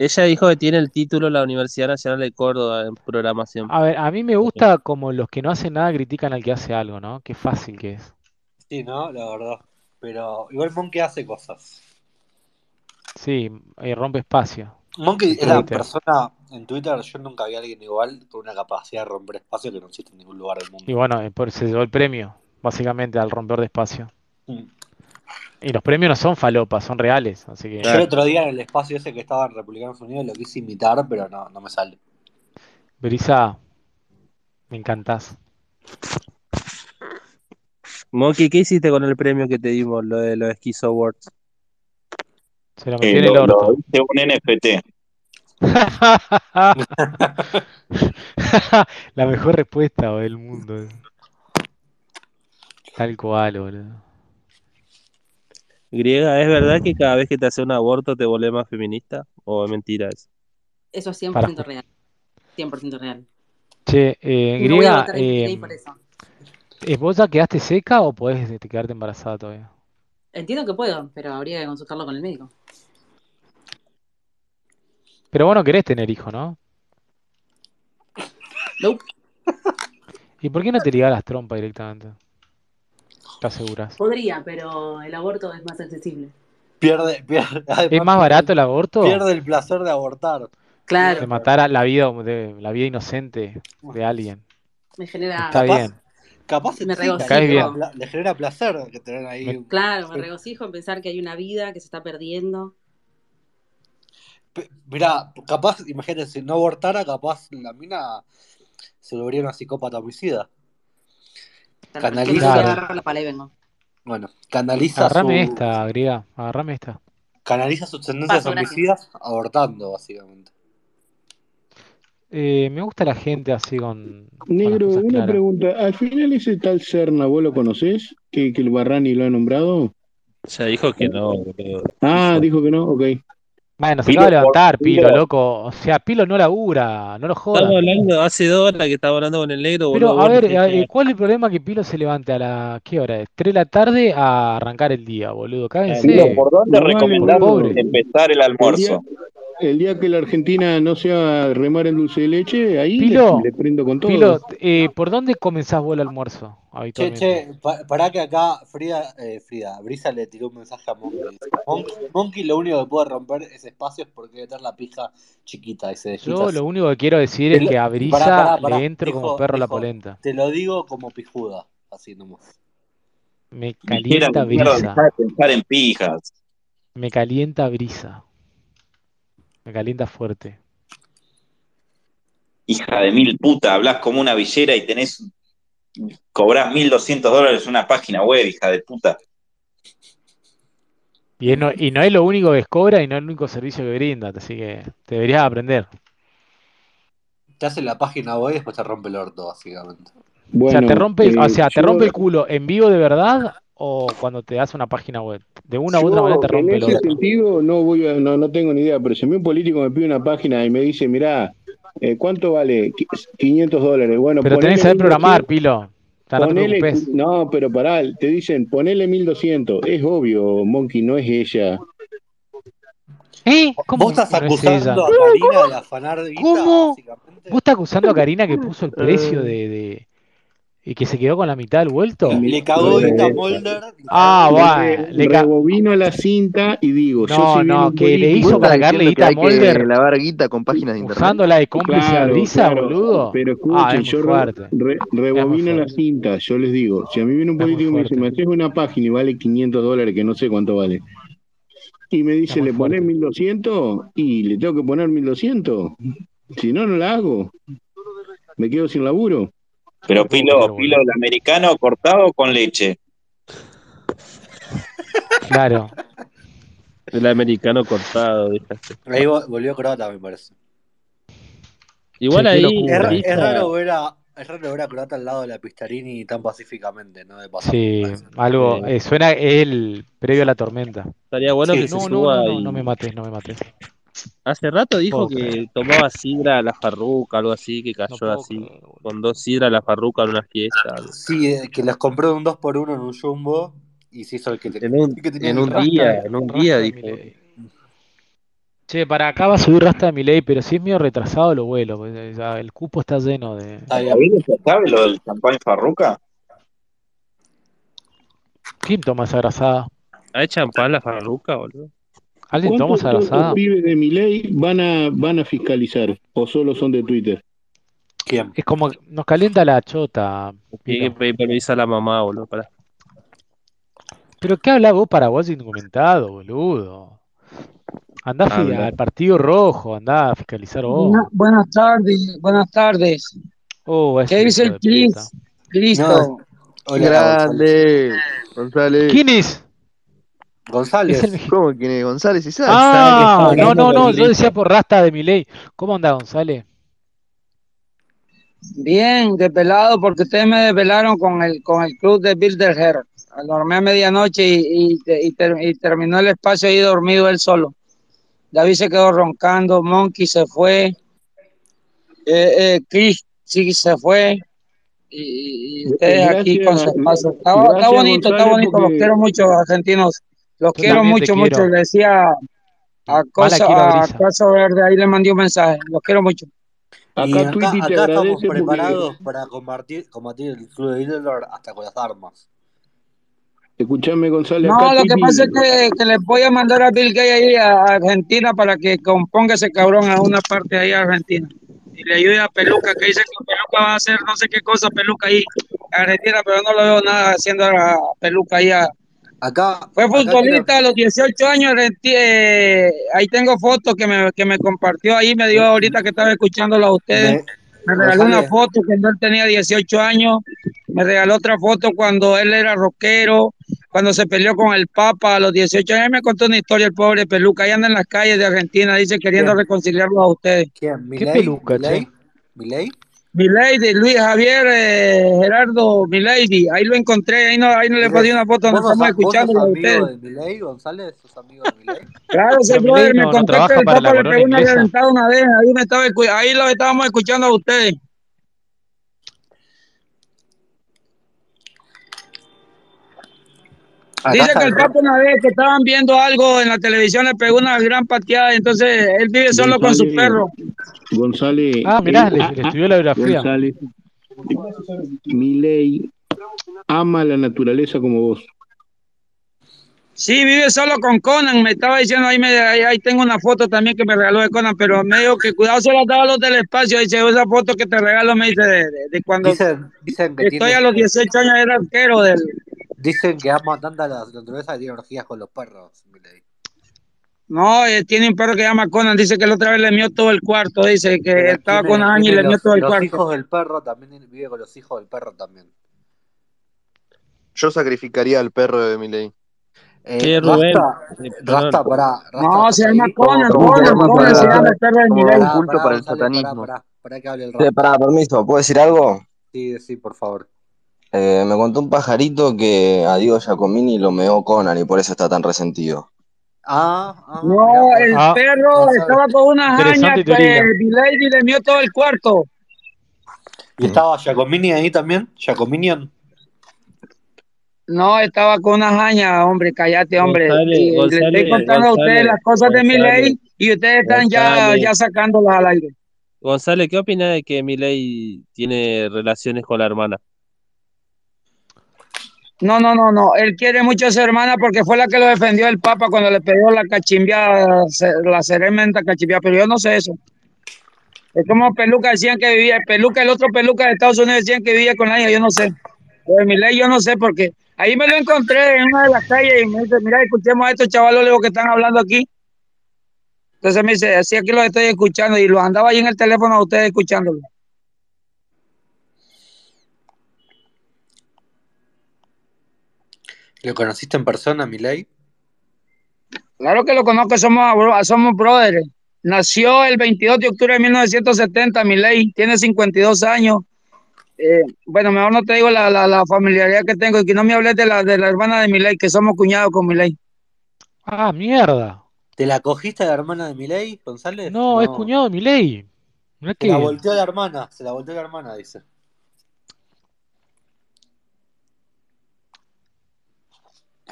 Ella dijo que tiene el título en la Universidad Nacional de Córdoba en programación. A ver, a mí me gusta como los que no hacen nada critican al que hace algo, ¿no? Qué fácil que es. Sí, ¿no? La verdad. Pero igual Monkey hace cosas. Sí, eh, rompe espacio Este, Monkey en es la Twitter. persona en Twitter, yo nunca vi a alguien igual con una capacidad de romper espacio que no existe en ningún lugar del mundo. Y bueno, eh, por, se llevó el premio, básicamente, al romper de espacio. Mm. Y los premios no son falopas, son reales, así que... Yo el otro día en el espacio ese que estaba en Republicanos Unidos lo quise imitar, pero no, no me sale. Brisa, me encantás. Monkey, ¿qué hiciste con el premio que te dimos, lo de los Esquizo Awards? Se lo Eh, metió en el lo, lo orto. hice un NFT. La mejor respuesta del mundo. eh. Tal cual, boludo. Griega, ¿es verdad que cada vez que te hace un aborto te vuelve más feminista? ¿O es mentira eso? Eso es Para 100% real. 100% real. Che, eh, No voy a griega, votar en eh, ley por eso. eh, ¿vos ya quedaste seca o podés este, quedarte embarazada todavía? Entiendo que puedo, pero habría que consultarlo con el médico. Pero vos no querés tener hijo, ¿no? Nope. ¿Y por qué no te ligás las trompas directamente? ¿Te aseguras? Podría, pero el aborto es más accesible. Pierde, pierde, ¿Es además más pierde, barato el aborto? pierde el placer de abortar. Claro. De Pierde. matar a la vida, de, la vida inocente de alguien. Me genera. Está Capaz, bien, capaz Me excita, acá le es genera, bien. regocijo. pla- le genera placer que tener ahí. un- Claro, me regocijo en pensar que hay una vida que se está perdiendo. Pe- Mirá, capaz, imagínate, si no abortara, capaz la mina se volvería una psicópata homicida. Tal vez. Yo creo que voy a Canaliza, Claro. agarrar la pala y vengo. bueno, canaliza Agarrame su, esta, griega, agarrame esta. canaliza sus tendencias Paso, gracias. homicidas abortando, básicamente. Eh, me gusta la gente así con, con las Negro, cosas una claras. pregunta. ¿Al final ese tal Serna, vos lo conocés? ¿Que, que el Barrani lo ha nombrado? Ya dijo que no, boludo. Ah, Dijo- dijo que no, ok. Bueno, se Pilo, acaba de por, levantar, Pilo, Pilo, loco. O sea, Pilo no labura, no lo Estamos jodan. hablando, hace dos horas que estaba hablando con el negro, boludo. Pero, a Vos no ver, fuiste eh, a- ¿cuál es el problema que Pilo se levante a la... ¿Qué hora es? 3 de la tarde a arrancar el día, Pilo, boludo. Cáguense. ¿por dónde Más vale, recomendás boludo. Pobre. empezar el El día, almuerzo? el día que la Argentina no sea remar en dulce de leche, ahí le, Pilo, le prendo con Pilo, todo. eh, ¿por dónde comenzás vos el almuerzo Che, che, habitualmente? pa- pará que acá Frida, eh, Frida, Brisa le tiró un mensaje a Monkey. Dice, "Mon- Monkey lo único que puede romper ese espacio es porque debe tener la pija chiquita y se desquita Yo así. lo único que quiero decir Te es lo- que a Pará, Brisa pará, le pará. entro como Dijo, perro a la dijo, polenta. te lo digo como pijuda, así nomás. Me Dijera calienta que mierda, Brisa. dejá de pensar en pijas. Me calienta Brisa. Me calienta fuerte. Hija de mil puta, hablas como una villera y tenés, cobrás 1.200 dólares una página web, hija de puta. Y, es no, y no es lo único que cobra y no es el único servicio que brinda, así que te deberías aprender. Te hace la página web y después te rompe el orto, básicamente. O sea, te Bueno, rompe, el- o eh, sea, te rompe yo, el culo en vivo de verdad o cuando te das una página web. De una u otra manera yo te en rompe el ese orto. sentido no voy a- no, no tengo ni idea, pero si a mí un político me pide una página y me dice, mirá, eh, ¿cuánto vale? Qu- 500 dólares. Bueno, Pero tenés ponele que saber programar, 1200. Pilo. O sea, no te Ponele, preocupes. no, pero pará, te dicen, ponele 1200. Es obvio, Monkey, no es ella. ¿Eh? ¿Vos ¿Cómo estás no es ella? acusando a Karina de afanar guita, ¿Cómo? ¿Vos básicamente? estás acusando a Karina que puso el precio Eh, de, de, y que se quedó con la mitad del vuelto. Le cagó Re- Vita Molder. Ah, eh, Re- va. Le ca- rebobino la cinta y digo, yo No, soy bien no, un que le político. hizo para cagarle guita a hay Mulder que lavar guita con páginas de internet. usándola de cómplice a Claro, Brisa, claro, boludo. Pero Ah, es escuchen, muy yo re- fuerte. re- rebobino la cinta, yo les digo, si a mí viene un Es muy político y me dice, me haces una página y vale 500 dólares, que no sé cuánto vale, y me dice, muy le pones 1200 y le tengo que poner 12200, si no, no la hago, me quedo sin laburo. Pero pilo, pilo el americano cortado con leche. Claro. El americano cortado, dejaste. Ahí vo- volvió Croata, me parece. Igual Che, qué ahí. Es, ra- ahí es está- raro ver a, es raro ver a Croata al lado de la Pistarini tan pacíficamente, ¿no? De pasar. Sí, algo. eh, suena el previo a la tormenta. Estaría bueno que se No, no, no, suba no, y- no me mates, no me mates. Hace rato Puedo dijo que creer. tomaba sidra a la farruca, algo así, que cayó así, con dos sidras a la farruca en una fiesta. algo. Sí, eh, que los compró de un 2x1 en un jumbo y se hizo el que, te- En un, el que tenía en que un tener. día, de- en un rasta día de dijo. Che, para acá va a subir Rasta de Milei, pero si es medio retrasado lo vuelo. pues, eh, ya el cupo está lleno de. ¿Javier ya sabe lo del champán farruca? ¿Quién toma esa grasada? ¿Hay champán la farruca, boludo? ¿Alguien toma ¿Cuántos esa de estos grasada? pibes de mi ley van a, van a fiscalizar o solo son de Twitter? ¿Quién? Es como que nos calienta la chota, Tiene Pilo. que pedir permiso a la mamá, boludo. Para... ¿Pero qué habla vos para vos indocumentado, boludo? Andá a fi- Habla. al partido rojo, andá a fiscalizar vos. Buena- buenas tardes, buenas tardes. Oh, ese ¿Qué dice hijo el de puta. Cris? Cristo. Grande, González. ¿Quién es? Es el González. mexicano. ¿Cómo quién es? González Isaac. Ah, no, no, no, yo decía González. por rasta de Milei. ¿Cómo anda González? Bien, desvelado, porque ustedes me desvelaron con el, con el club de Bilderherr. Dormí a medianoche y, y, te- y ter- y terminó el espacio ahí dormido él solo. David se quedó roncando, Monkey se fue, eh, eh, Chris sí se fue, y, y ustedes aquí con su Gracias, eh, espacio. Está, bo- está gracias bonito, está González, bonito, los porque quiero mucho, argentinos. Los Yo quiero también te mucho, mucho. quiero. Le decía a Mala quiero a Cosa, a Brisa. Caso Verde, ahí le mandé un mensaje. Los quiero mucho. Y acá, Twitty te acá estamos agradece porque preparados para combatir, combatir el club de Hitler hasta con las armas. Escuchame, González, acá No, lo que pasa es Twitty, que, que les voy a mandar a Bill Gates ahí a a Argentina para que componga ese cabrón a una parte ahí a Argentina. Y le ayude a Peluca, que dice que Peluca va a hacer no sé qué cosa, Peluca ahí a Argentina, pero no lo veo nada haciendo a Peluca ahí. a- Acá, Fue acá quiero. futbolista a los 18 años, Argenti- eh, ahí tengo fotos que me, que me compartió ahí, me dio ahorita que estaba escuchándolo a ustedes. Me, Me regaló una González, foto cuando él tenía 18 años, me regaló otra foto cuando él era rockero, cuando se peleó con el Papa a los 18 años. Él me contó una historia el pobre Peluca, ahí anda en las calles de Argentina, dice queriendo ¿quién? reconciliarlos a ustedes. ¿Quién? ¿Qué ¿Milei? peluca, che? ¿Milei? ¿Milei? Milady, Luis Javier, eh, Gerardo, Milady, ahí lo encontré, ahí no, ahí no le ¿Ese pasé es- una foto donde ¿Vos, sos, estamos a- ¿Vos sos escuchándolo a amigo ustedes. de Milei, González? ¿Sos amigo de Milei? Claro, ese Pero Milei brother me no, no contó que trabaja el para la Papa le corona pegó una inglesa. reventada una vez, ahí, me estaba, escu- ahí lo estábamos escuchando a ustedes. Acá Dice está que el el Papa rap. una vez que estaban viendo algo en la televisión le pegó una gran pateada, entonces él vive solo con su González, perro. González, Ah, él, mirá, le, ah, le ah, estudió la biografía. González, eh, Milei ama la naturaleza como vos. Sí, vive solo con Conan, me estaba diciendo, ahí, me, ahí, ahí tengo una foto también que me regaló de Conan, pero me dijo que cuidado se la daba a los del espacio, dice, esa foto que te regalo me dice de, de- de cuando Dicen, dicen que estoy tiene, a los 18 años era arquero del... dicen que ama tanto a la naturaleza que tiene orgías con los perros, Milei. No, eh, tiene un perro que llama Conan, dice que la otra vez le mió todo el cuarto, dice que Pero estaba Ah, con tiene, Año y tiene le mió los, todo el los cuarto. hijos del perro también, vive con los hijos del perro también. Yo sacrificaría al perro de Milei. Eh, Che, Rasta, Rubén, eh, perdón. Rasta, pará, Rasta, No, se ¿estás llama ahí? Como, Conan, como Conan, culto Conan se llama para, el perro de como Milei. Pará, culto pará, para el González, pará, satanismo. pará, pará que hable el Sí, rap. pará, permiso, ¿puedo decir algo? Sí, sí, por favor. Eh, me contó un pajarito que a Diego Giacomini lo meó Conan y por eso está tan resentido. Ah, ah, mirá, No, por el Ah, perro González. estaba con una jaña que interesante teoría. Milei le mió todo el cuarto. ¿Y estaba Giacomini ahí también? ¿Giacominian? No, estaba con una jaña, hombre, cállate, hombre. González, Y le estoy González, contando a ustedes González, las cosas de González, Milei y ustedes están ya, González. ya sacándolas al aire. González, ¿qué opinas de que Milei tiene relaciones con la hermana? No, no, no, no. Él quiere mucho a su hermana porque fue la que lo defendió el Papa cuando le pidió la cachimbiada, la cerementa cachimbiada, pero yo no sé eso. Es como Peluca decían que vivía, Peluca, el otro Peluca de Estados Unidos decían que vivía con la hija, yo no sé. Lo de mi ley, yo no sé porque ahí me lo encontré en una de las calles y me dice, mira, escuchemos a estos chavalos que están hablando aquí. Entonces me dice, así aquí los estoy escuchando y los andaba ahí en el teléfono a ustedes escuchándolo. ¿Lo conociste en persona, Milei? Claro que lo conozco, somos, abro- somos brothers. Nació el 22 de octubre de 1970, Milei, tiene 52 años. Eh, bueno, mejor no te digo la, la- la familiaridad que tengo y que no me hables de la, de la hermana de Milei, que somos cuñados con Milei. Ah, mierda. ¿Te la cogiste a la hermana de Milei, González? No, es cuñado de Milei. Mirá Se la que. volteó la hermana, se la volteó la hermana, dice.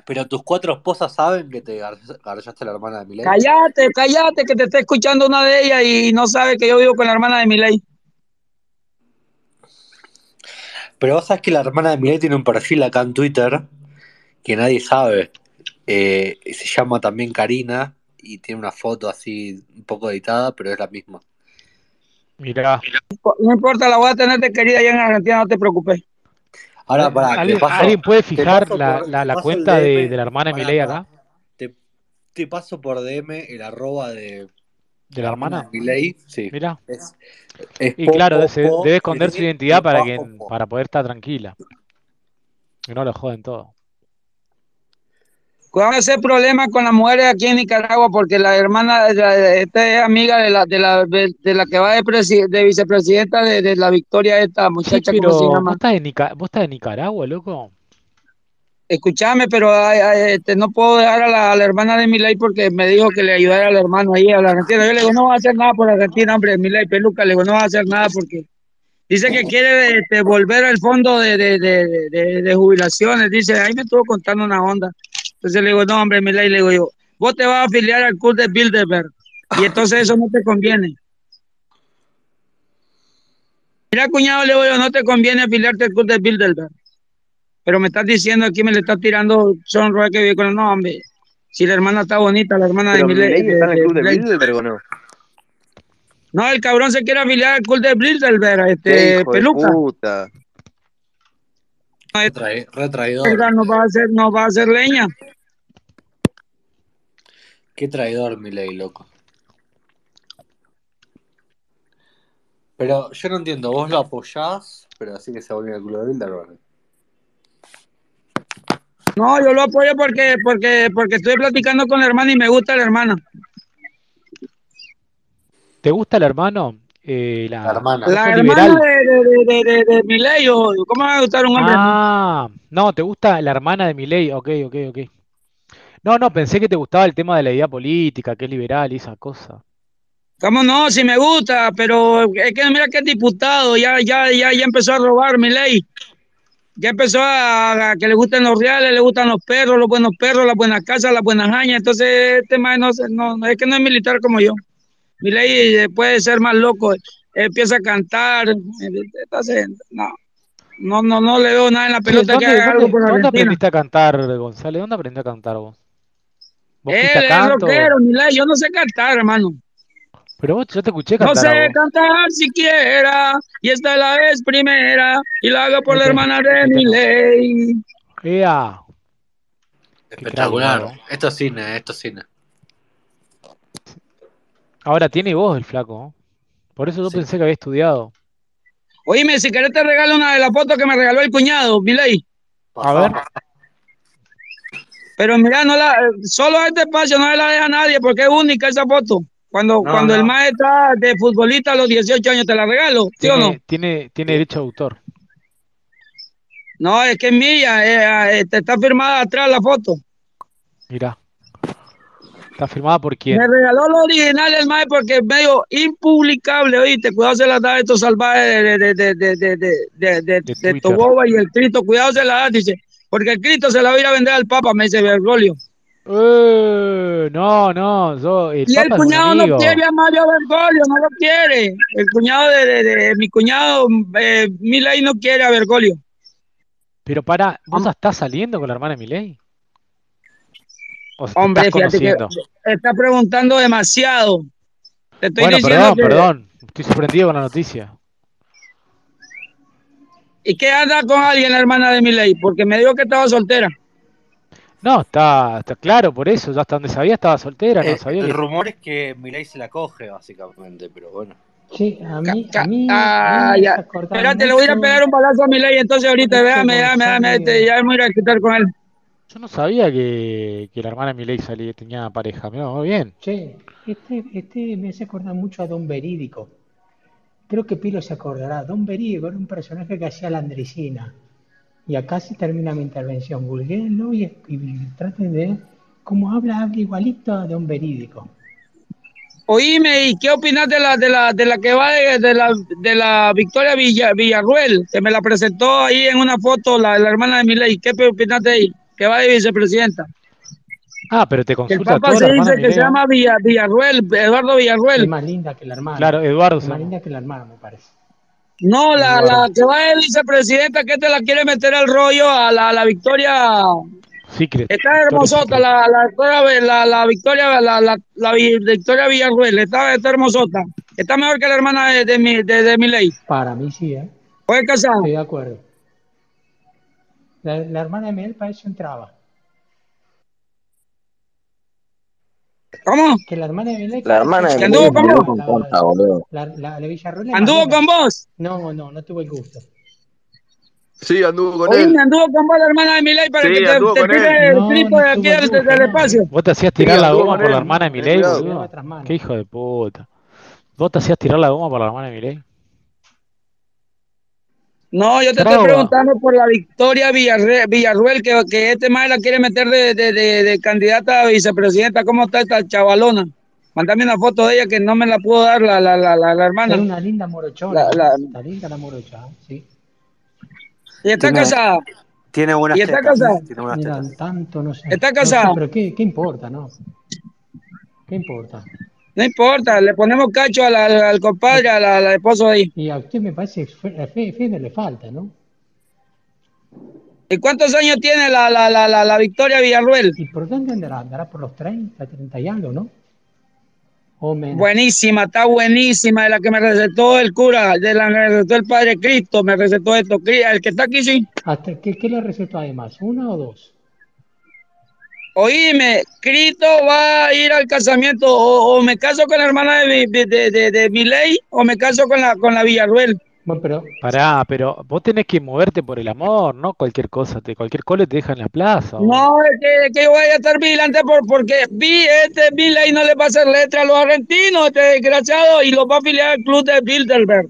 Pero tus cuatro esposas saben que te gar- garchaste a la hermana de Milei. Cállate, cállate, que te está escuchando una de ellas y no sabe que yo vivo con la hermana de Milei. Pero vos sabés que la hermana de Milei tiene un perfil acá en Twitter que nadie sabe. Eh, se llama también Karina y tiene una foto así un poco editada, pero es la misma. Mirá. No importa, la voy a tener de querida allá en Argentina, no te preocupes. Ahora, ¿Al- pará, te ¿Alguien, paso, alguien puede te fijar paso, la, por, la- te la paso el cuenta de, de DM, la hermana de pará, Milei pará, acá? te, te paso por DM el arroba de ¿De la la hermana de hermana? Milei, sí. Mirá. Es, es Y po, claro, po, se- po, debe esconder su re, identidad re, para pa, que po, po. para poder estar tranquila. Que no lo joden todo. ¿Cuál es el problema con las mujeres aquí en Nicaragua? Porque la hermana, la- esta es amiga de la, de la, de la que va de, presi- de vicepresidenta de, de la Victoria, esta Sí, muchacha, ¿cómo se pero vos llama? estás en, Nica- vos estás en Nicaragua, loco. Escuchame, pero ay, ay, este, no puedo dejar a la, a la hermana de Milay porque me dijo que le ayudara al hermano ahí, a la Argentina. Yo le digo, no vas a hacer nada por Argentina, hombre, Milay Peluca, le digo, no vas a hacer nada porque dice que quiere este, volver al fondo de, de, de, de- de jubilaciones. Dice, ahí me estuvo contando una onda. Entonces le digo, no, hombre, Milay, le digo yo, vos te vas a afiliar al club de Bilderberg y entonces eso no te conviene. Mira, cuñado, le digo yo, no te conviene afiliarte al club de Bilderberg. Pero me estás diciendo aquí, me le estás tirando son que vive con no, hombre. Si la hermana está bonita, la hermana de Pero mi mi ley. ley está en el club de Bilderberg o no. No, el cabrón se quiere afiliar al club de Bilderberg, Qué este, hijo de peluca. puta. Re trai- re traidor. Verga, No va a hacer, no va a hacer leña. Qué traidor, Milei, loco. Pero yo no entiendo, vos lo apoyás, pero así que se volvió el culo de Bilderberg. No, yo lo apoyo porque, porque, porque estoy platicando con la hermana y me gusta la hermana. ¿Te gusta el hermano? Eh, La la, hermana. ¿Vos La sos hermana liberal? de, de, de, de, de mi ley, yo, ¿cómo me va a gustar un hombre? así? Ah, no, ¿te gusta la hermana de Milei? Ok, ok, ok. No, no, pensé que te gustaba el tema de la idea política, que es liberal y esa cosa. ¿Cómo no? Si me gusta, pero es que mira que es diputado, ya, ya, ya, ya empezó a robar mi ley. Ya empezó a, a que le gusten los reales, le gustan los perros, los buenos perros, las buenas casas, las buenas jañas. Entonces, este man no, se- no, no, es que no es militar como yo. Mi ley eh, puede ser más loco. Empieza a cantar. eh, Entonces, no, no, no, no le veo nada en la Che, pelota que ¿dónde, haga algo dónde, por dónde Argentina. aprendiste a cantar, González? ¿Dónde aprendiste a cantar vos? ¿Vos fuiste a Él es canto? rockero, mi ley. Yo no sé cantar, hermano. Pero vos, yo te escuché No cantar sé a vos. cantar siquiera. Y esta es la vez primera. Y la hago por la Este, hermana de este mi no. ley. ¡Ea! Qué crack igual, Espectacular. vos. Esto es cine, eh, esto es cine. Ahora tiene voz el flaco. ¿no? Por eso yo Sí. pensé que había estudiado. Oíme, si querés te regalo una de las fotos que me regaló el cuñado, Milei. A ver. Pero mira, no la, solo este espacio no se la deja a nadie porque es única esa foto. Cuando, No, cuando el no. maestro está de futbolista a los 18 años, te la regalo, ¿sí o no? Tiene, tiene, tiene derecho de autor. No, es que es mía, eh, eh, te está firmada atrás la foto. Mirá. ¿Está firmada por Me quién? regaló lo original el maestro porque es medio impublicable, oíste. Cuidado se la da a estos salvajes de, de, de, de, de, de, de, de- De de Twitter. Toboba y el Cristo. Cuidado se la da, dice. Porque el Cristo se la va a ir a vender al Papa, me dice Bergoglio. Eh, no, no. Yo, eh, el Y el Papa es un cuñado no quiere amigo. a Mario Bergoglio, no lo quiere. El cuñado de, de- de- mi cuñado, eh, Milei no quiere a Bergoglio. Pero para, ¿vos ya estás saliendo con la hermana de Milei? ¿O te Hombre, estás fíjate que conociendo? estás preguntando demasiado. Te estoy Bueno, diciendo perdón, que- perdón. Estoy sorprendido con la noticia. ¿Y qué anda con alguien la hermana de Milei? Porque me dijo que estaba soltera. No, está, está claro, por eso. Ya hasta donde sabía estaba soltera, no Eh, sabía el que. rumor es que Milei se la coge, básicamente, pero bueno. Sí, a mí, a mí, a Ah, mí me ya. hace acordar Espérate, le voy a ir a mucho pegar un balazo a Milei entonces ahorita. esto Déjame, déjame, déjame. González. Este, ya me voy a ir a quitar con él. Yo no sabía que, que la hermana de Milei salía, tenía pareja. Mirá, muy bien. Che, este, este me hace acordar mucho a Don Verídico. Creo que Pilo se acordará. Don Verídico era un personaje que hacía la andricina. Y acá se termina mi intervención. Googleenlo y, es- y traten de ver cómo habla, habla igualito a Don Verídico. Oíme, ¿y qué opinás de la, de la, de la que va de, de la, de la Victoria Villa- Villarruel? Que me la presentó ahí en una foto la, la hermana de Milei. ¿Qué opinás de ahí? Que va de vicepresidenta. Ah, pero te Que el consulta Papa toda la se hermana dice de que se Milei. llama Villa- Villarruel, Eduardo Es Villarruel. más linda que la hermana. Claro, Eduardo Es se más llama. linda que la hermana, me parece. No, la, la Eduardo. que va de vicepresidenta, que te la quiere meter al rollo a la, la Victoria. Secret. Está Victoria hermosota Secret. la, la, Victoria- la, la Victoria, la, la, la Vi- Victoria Villarruel. Está, está hermosota. Está mejor que la hermana de, de, mi, de, de Milei. Para mí sí, ¿eh? Fue casada. Estoy de acuerdo. La, la hermana de Miguel parece un traba. ¿Cómo? Que la hermana de Milei La parece hermana de ¿Que que Milei anduvo la, con anduvo vos? con la, Porta, boludo. la, la, la Villarruel es más ¿Anduvo linda. con vos? No, no, no tuve el gusto. Sí, anduvo con Oíme, él. anduvo con vos la hermana de Milei para que Sí, te, anduvo te con él. tire el No, tripo no de aquí tuve el del, del gusto, no. espacio. Vos te hacías Sí, tirar la anduvo goma con por la él. hermana de Ten Milei, cuidado. Cuidado boludo. otras Qué manos. hijo de puta. Vos te hacías tirar la goma por la hermana de Milei. No, yo te estoy Traba. preguntando por la Victoria Villarre- Villarruel, que, que este mal la quiere meter de, de- de- de candidata a vicepresidenta. ¿Cómo está esta chavalona? Mándame una foto de ella que no me la pudo dar la, la, la, la- la Es hermana. una linda La, morochona, ¿eh? la- Está linda la morocha, ¿eh? sí. y está Tiene, casada, tiene y buenas está tetas. casada, Tiene buenas Mira, tetas. tanto no sé. está No sé, casada. pero ¿qué, qué importa, no? ¿Qué importa? No importa, le ponemos cacho a la- la- al compadre, a la, a la esposa ahí. Y a usted me parece que fe, a fe, fe no le falta, ¿no? ¿Y cuántos años tiene la, la, la, la, la Victoria Villarruel? ¿Y por dónde andará? ¿Andará por los 30, 30 y algo, no? O menos. Buenísima, está buenísima, de la que me recetó el cura, de la que me recetó el Padre Cristo, me recetó esto, cri- el que está aquí, sí. ¿Hasta qué, qué le recetó además? ¿Una o dos? Oíme, Cristo va a ir al casamiento, o, o me caso con la hermana de, mi- de, de, de, de Milei, o me caso con la, con la Villarruel. Bueno, pero Pará, pero vos tenés que moverte por el amor, no cualquier cosa. Te, cualquier cole te deja en la plaza, vos. No, es que, es que yo voy a estar vigilante por, porque vi este Milei no le va a hacer letra a los argentinos, este desgraciado, y los va a afiliar al club de Bilderberg.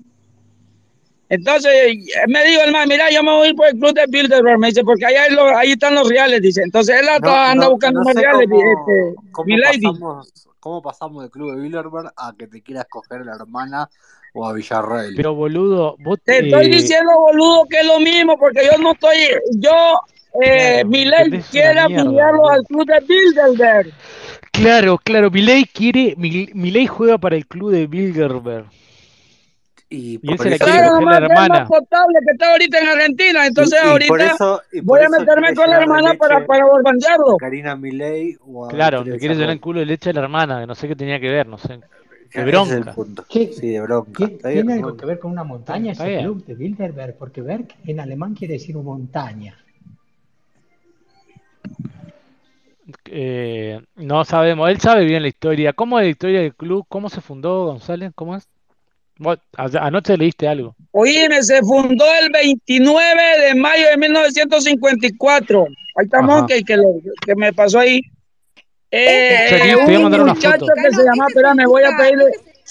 Entonces eh, me dijo el man, mira, yo me voy a ir por el club de Bilderberg, me dice, porque ahí, hay los- ahí están los reales, dice. Entonces él No, anda, anda no, buscando no más sé reales, este, cómo, cómo Milei. dice. pasamos cómo pasamos del club de Bilderberg a que te quieras coger a la hermana o a Villarreal. Pero boludo, vos Te estoy te- eh, diciendo, boludo, que es lo mismo, porque yo no estoy, yo, eh, claro, mi no ley entendés una quiere mierda, afiliarlos al boludo. club de Bilderberg. Claro, claro, Milei quiere, Mil- Milei juega para el club de Bilderberg. Y Y él se por la eso quiere Claro, coger la nomás que es más hermana. potable que está ahorita en Argentina, entonces y, y por ahorita eso y voy por a eso meterme quiere con la llenar de hermana para, leche para a bombardearlo. Karina Milei o a Claro, Victoria le quiere llenar el Villarreal. culo de leche a la hermana, que no sé qué tenía que ver, no sé. De Ya, Ese es el bronca. punto. Che, Sí, de bronca. ¿tie- Está bien, ¿tiene algo bueno. que ver con una Bueno, montaña está ese bien. club de Bilderberg? Porque Berg en alemán quiere decir montaña. Eh, no sabemos, él sabe bien la historia. ¿Cómo es la historia del club? ¿Cómo se fundó González? ¿Cómo es? Vos, a- anoche leíste algo. Oíme, se fundó el 29 de mayo de 1954. Ahí está Ajá. Monkey que, lo- que me pasó ahí. Muchas Eh, gracias, te voy a un mandar una muchacho foto. que se llamaba, espera, me voy a pedirle.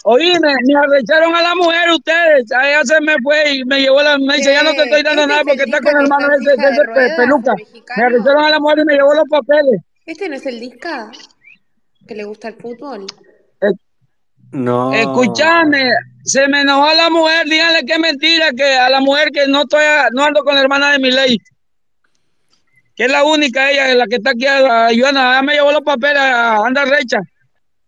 Oíme, me arrecharon a la mujer ustedes. Allá se me fue y me llevó la. Me dice, ya no te estoy Che, dando ¿este nada es porque el está disca con el que está hermano en ese, silla ese de pe- ruedas, peluca. el Me mexicano? arrecharon a la mujer y me llevó los papeles. ¿Este no es el disca que le gusta el fútbol? Eh, No. Escuchame, se me enojó la mujer. Díganle que es mentira, que a la mujer que no estoy, a- no ando con la hermana de mi ley. ah, Que es la única ella, la que está aquí, a- a- ayudando. Ya me llevó los papeles, a- anda ah, recha.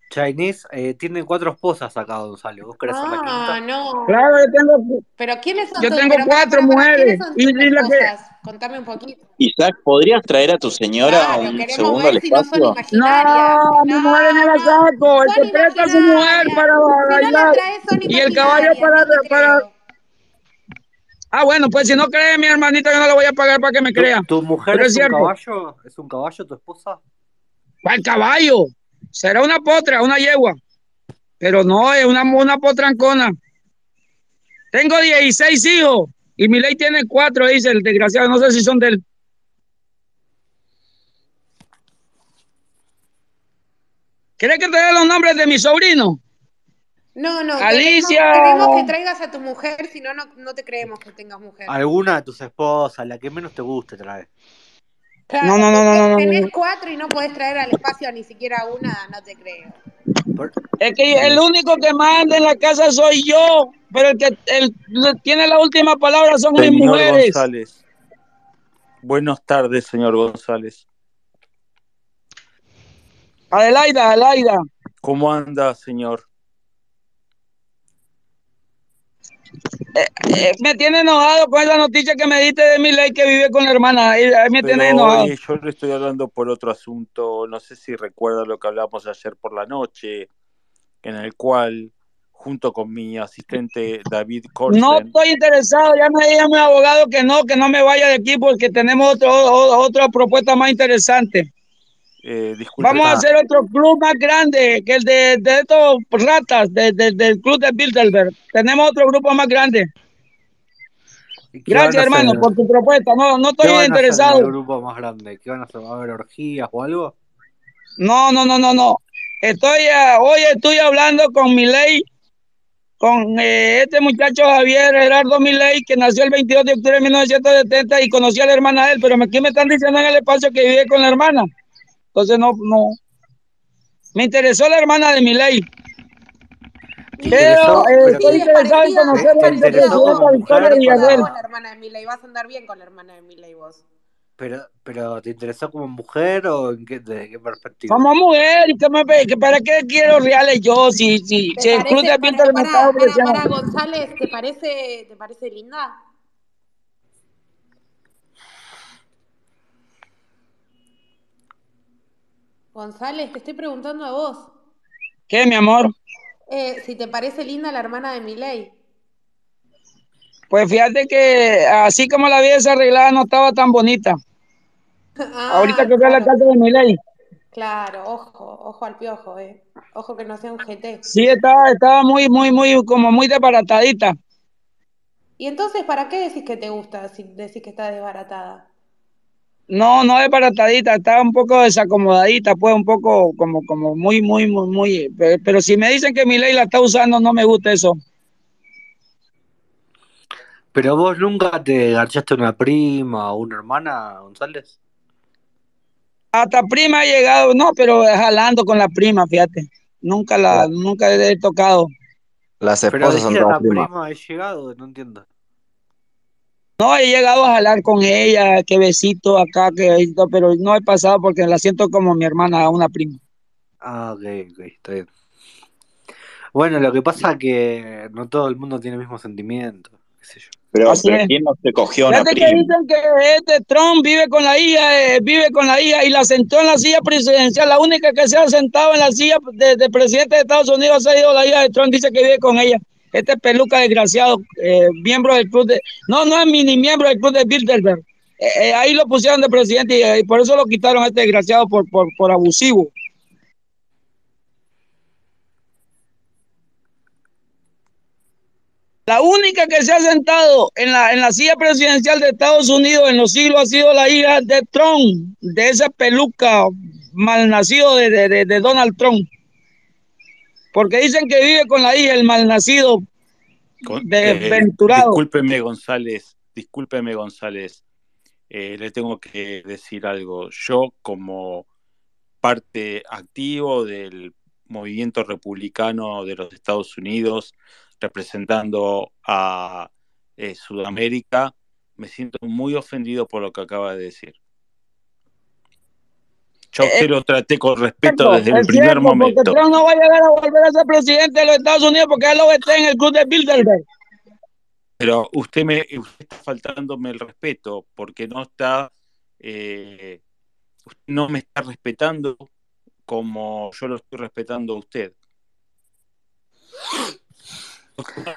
Chinese eh, tiene cuatro esposas acá, Gonzalo. ¿Vos querés ser la Ah, no. Claro, yo tengo, Pero ¿quiénes son yo tus- tengo pero- cuatro pero- pero mujeres. ¿Quiénes son Y, tus y la que. esposas? Contame un poquito. Isaac, ¿podrías traer a tu señora Claro, un Ah, queremos segundo al ver si no son espacio? imaginarias. No, mi mujer no la saco. El Son que presta a su mujer imaginarias. para Si no la bailar. traes, son Y el caballo imaginarias. para, No te para. creo. Ah, bueno, pues si no cree mi hermanita, yo no le voy a pagar para que me ¿Tu, crea. tu mujer Pero es, es un cierto. caballo? ¿Es un caballo tu esposa? ¿Cuál caballo? Será una potra, una yegua. Pero no, es una, una potrancona. Tengo 16 hijos y mi ley tiene cuatro, dice el desgraciado. No sé si son de él. ¿Querés que te dé los nombres de mi sobrino? No, no, queremos, Alicia. queremos que traigas a tu mujer, si no, no no te creemos que tengas mujer. Alguna de tus esposas, la que menos te guste, trae. Claro, No, no, no, no, tenés, no, no, tenés no. cuatro y no podés traer al espacio a ni siquiera una, no te creo. Es que el único que manda en la casa soy yo, pero el que el- el- tiene la última palabra son mis Señor mujeres. González. Buenas tardes, señor González. Adelaida, Adelaida. ¿Cómo anda, señor? Eh, me tiene enojado con la noticia que me diste de mi ley que vive con la hermana. Ahí, ahí me tiene Pero enojado. oye, yo le estoy hablando por otro asunto. No sé si recuerda lo que hablamos ayer por la noche, en el cual, junto con mi asistente David No Corsen, estoy interesado, ya me dijo mi abogado que no, que no me vaya de aquí porque tenemos otro, o- otra propuesta más interesante. eh, disculpe, ah. Vamos a está- hacer otro club más grande que el de, de estos ratas, de- de- del club de Bilderberg. Tenemos otro grupo más grande. ¿Qué van a Gracias, hacer? hermano, por tu propuesta. No, no ¿Qué estoy van a hacer en el interesado. grupo más grande? ¿Qué van a hacer? ¿Va a haber orgías o algo? No, no, no, no, no. Estoy, ah, hoy estoy hablando con Milei, con eh, este muchacho Javier Gerardo Milei, que nació el 22 de octubre de 1970 y conocí a la hermana de él, pero me- aquí me están diciendo en el espacio que vive con la hermana. Entonces no, no. Me interesó la hermana de Milei, ¿Te pero interesó? eh, estoy ¿Pero Sí, es te, interesado en parecida, conocer es a la te, te parecida a interesó vos, vicepresidenta como es Victoria parecida mujer a Villarreal. vos la para... hermana de Milei, vas a andar bien con la hermana de Milei vos. Pero, pero ¿te interesó como mujer o en qué, desde qué perspectiva? Como mujer, ¿qué me pe- que ¿para qué quiero reales yo? Si, si, ¿Te si el club parece, de para, Pinter me está para, para, ofreciendo. para González, ¿te parece, te parece linda? González, te estoy preguntando a vos, ¿Qué, mi amor? eh, si te parece linda la hermana de Milei. Pues fíjate que así como la vida desarreglada no estaba tan bonita. Ahorita Ah, que fui a la claro, casa de Milei, claro, ojo, ojo al piojo, eh. Ojo que no sea un GT. sí estaba, estaba muy, muy, muy, como muy desbaratadita. Y entonces, ¿para qué decís que te gusta si decís que está desbaratada? No, no desbaratadita, estaba un poco desacomodadita, pues un poco como, como muy, muy, muy, muy. pe- Pero si me dicen que Milei la está usando, no me gusta eso. ¿Pero vos nunca te garchaste una prima o una hermana, González? Hasta prima ha llegado, no, pero jalando con la prima, fíjate. Nunca la, nunca he tocado. Las Pero esposas son dijiste todas una primas. prima, he llegado, no entiendo. No, he llegado a jalar con ella, que besito acá, que besito, pero no he pasado porque la siento como mi hermana, una prima. Ah, ok, ok, está bien. Bueno, lo que pasa es que no todo el mundo tiene el mismo sentimiento, qué sé yo. Pero, Así pero es. ¿quién no se cogió a una Fíjate que prima? dicen que este Trump vive con la hija, eh, vive con la hija y la sentó en la silla presidencial. La única que se ha sentado en la silla de, de presidente de Estados Unidos ha sido la hija de Trump. Dice que vive con ella. Este peluca desgraciado, eh, miembro del club de. No, no es mini miembro del club de Bilderberg. Eh, eh, ahí lo pusieron de presidente y, eh, y por eso lo quitaron a este desgraciado por, por, por abusivo. La única que se ha sentado en la, en la silla presidencial de Estados Unidos en los siglos ha sido la hija de Trump, de esa peluca malnacido de, de, de- de Donald Trump. Porque dicen que vive con la hija, el malnacido Con- eh, desventurado. discúlpeme, González, discúlpeme, González. Eh, le tengo que decir algo. Yo, como parte activo del movimiento republicano de los Estados Unidos, representando a eh, Sudamérica, me siento muy ofendido por lo que acaba de decir. Yo te lo traté con respeto cierto, desde el Eh, es primer cierto, momento. Porque Trump no va a llegar a volver a ser presidente de los Estados Unidos porque él lo está en el club de Bilderberg. Pero usted me usted está faltándome el respeto porque no está, eh, usted no me está respetando como yo lo estoy respetando a usted.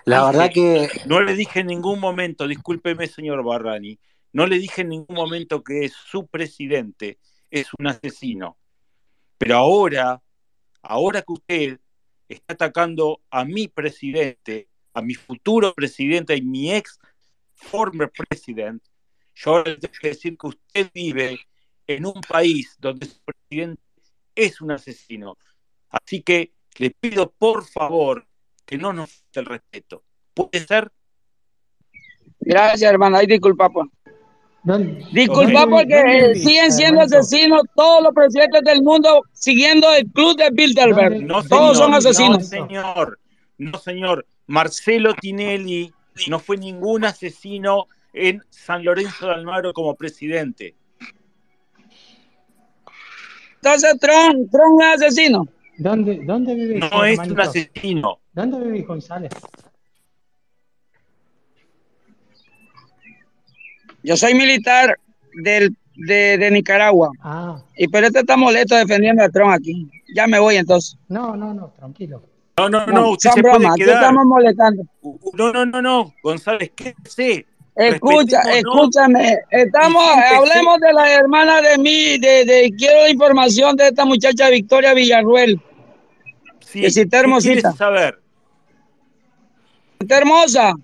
La verdad que No le dije en ningún momento, discúlpeme señor Barrani, no le dije en ningún momento que es su presidente es un asesino. Pero ahora, ahora que usted está atacando a mi presidente, a mi futuro presidente y mi ex former president, yo ahora le tengo que decir que usted vive en un país donde su presidente es un asesino. Así que le pido por favor que no nos falte el respeto. ¿Puede ser? Gracias, hermano. Ahí disculpa, pues. Disculpa Ok. porque eh, siguen siendo asesinos todos los presidentes del mundo siguiendo el club de Bilderberg. No, todos son señor, No, asesinos. señor. No, señor. Marcelo Tinelli no fue ningún asesino en San Lorenzo de Almagro como presidente. Entonces Trump, Trump es asesino. ¿Dónde, dónde vive No González es un Manitos? asesino. ¿Dónde vive González? Yo soy militar del, de, de Nicaragua. Ah, Y pero este está molesto defendiendo a Trump aquí. Ya me voy entonces. no, no, no, tranquilo. No, no, no, usted son se bromas, puede aquí quedar. estamos molestando. No, no, no, no, González, quédese. Escucha, Respetémonos. escúchame, estamos, Y siéntese. hablemos de la hermana de mí, de, de- quiero la información de esta muchacha Victoria Villarruel, Sí, que si está ¿qué quiere hermosita, saber? está hermosa,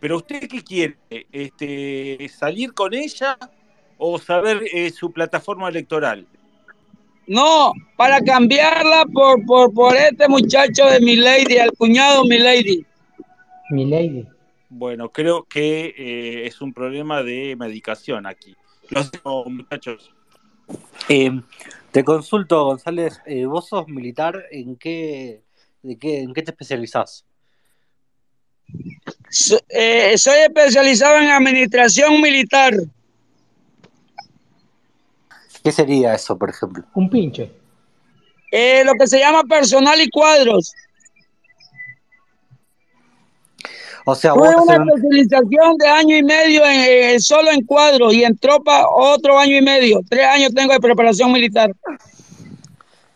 ¿Pero usted qué quiere? Este, ¿Salir con ella o saber eh, su plataforma electoral? no, para cambiarla por, por, por este muchacho de mi lady, al cuñado mi lady. Mi lady. Bueno, creo que eh, es un problema de medicación aquí. Los muchachos. eh, te consulto, González, eh, vos sos militar, ¿en qué, de qué, en qué te especializás? So- eh, soy especializado en administración militar, ¿Qué sería eso, por ejemplo? Un pinche. eh, lo que se llama personal y cuadros. O sea, vos Tuve estás una en un- especialización de año y medio en, eh, solo en cuadros y en tropa otro año y medio. Tres años tengo de preparación militar.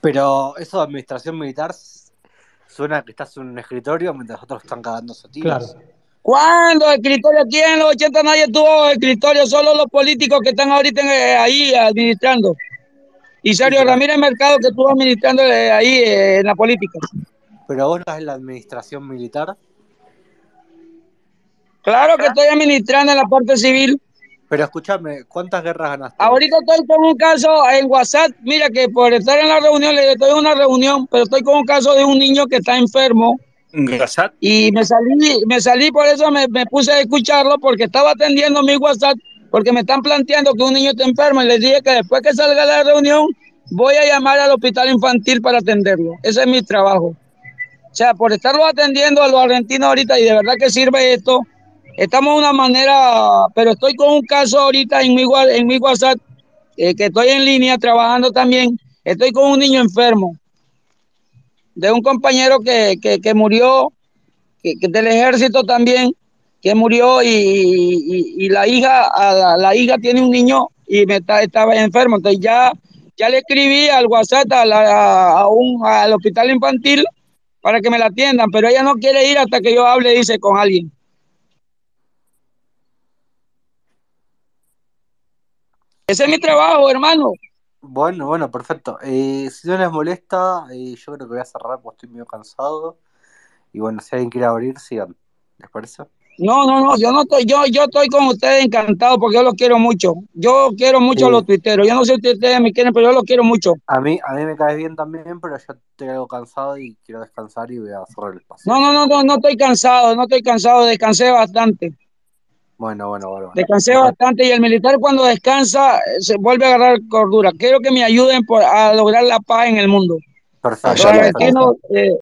Pero eso de administración militar s- suena a que estás en un escritorio mientras otros están cagándose a tiros. ¿Cuándo escritorio? Aquí en los 80 nadie tuvo escritorio, solo los políticos que están ahorita en, eh, ahí administrando. Y Sergio Ramírez Mercado que estuvo administrando eh, ahí eh, en la política. Pero vos no estás en la administración militar, Claro que estoy administrando en la parte civil. pero escúchame, ¿cuántas guerras ganaste? Ahorita estoy con un caso en WhatsApp. Mira que por estar en la reunión, le estoy en una reunión, pero estoy con un caso de un niño que está enfermo. ¿Engrasat? Y me salí, me salí por eso me, me puse a escucharlo porque estaba atendiendo mi WhatsApp porque me están planteando que un niño está enfermo y les dije que después que salga la reunión voy a llamar al hospital infantil para atenderlo. Ese es mi trabajo. O sea, por estarlo atendiendo a los argentinos ahorita y de verdad que sirve esto. Estamos de una manera, pero estoy con un caso ahorita en mi, wa- en mi WhatsApp eh, que estoy en línea trabajando también. Estoy con un niño enfermo de un compañero que, que, que murió que, que del ejército también, que murió y, y- y la hija, a la, la hija tiene un niño y me está- estaba enfermo. Entonces ya, ya le escribí al WhatsApp a la- a un- al hospital infantil para que me la atiendan, pero ella no quiere ir hasta que yo hable, dice, con alguien. Ese es mi trabajo, hermano. Bueno, bueno, perfecto. Eh, si no les molesta, eh, yo creo que voy a cerrar porque estoy medio cansado. Y bueno, si alguien quiere abrir, sigan. ¿Les parece? No, no, no, yo no estoy, yo, yo estoy con ustedes encantado porque yo los quiero mucho. Yo quiero mucho a Sí. los tuiteros. Yo no sé si ustedes me quieren, pero yo los quiero mucho. A mí, a mí me caes bien también, pero yo estoy algo cansado y quiero descansar y voy a cerrar el espacio. No, no, no, no, no estoy cansado, no estoy cansado, descansé bastante. Bueno, bueno, bueno. bueno. Descansé bastante y el militar cuando descansa eh, se vuelve a agarrar cordura. Quiero que me ayuden por- a lograr la paz en el mundo. Perfecto. Los argentinos eh,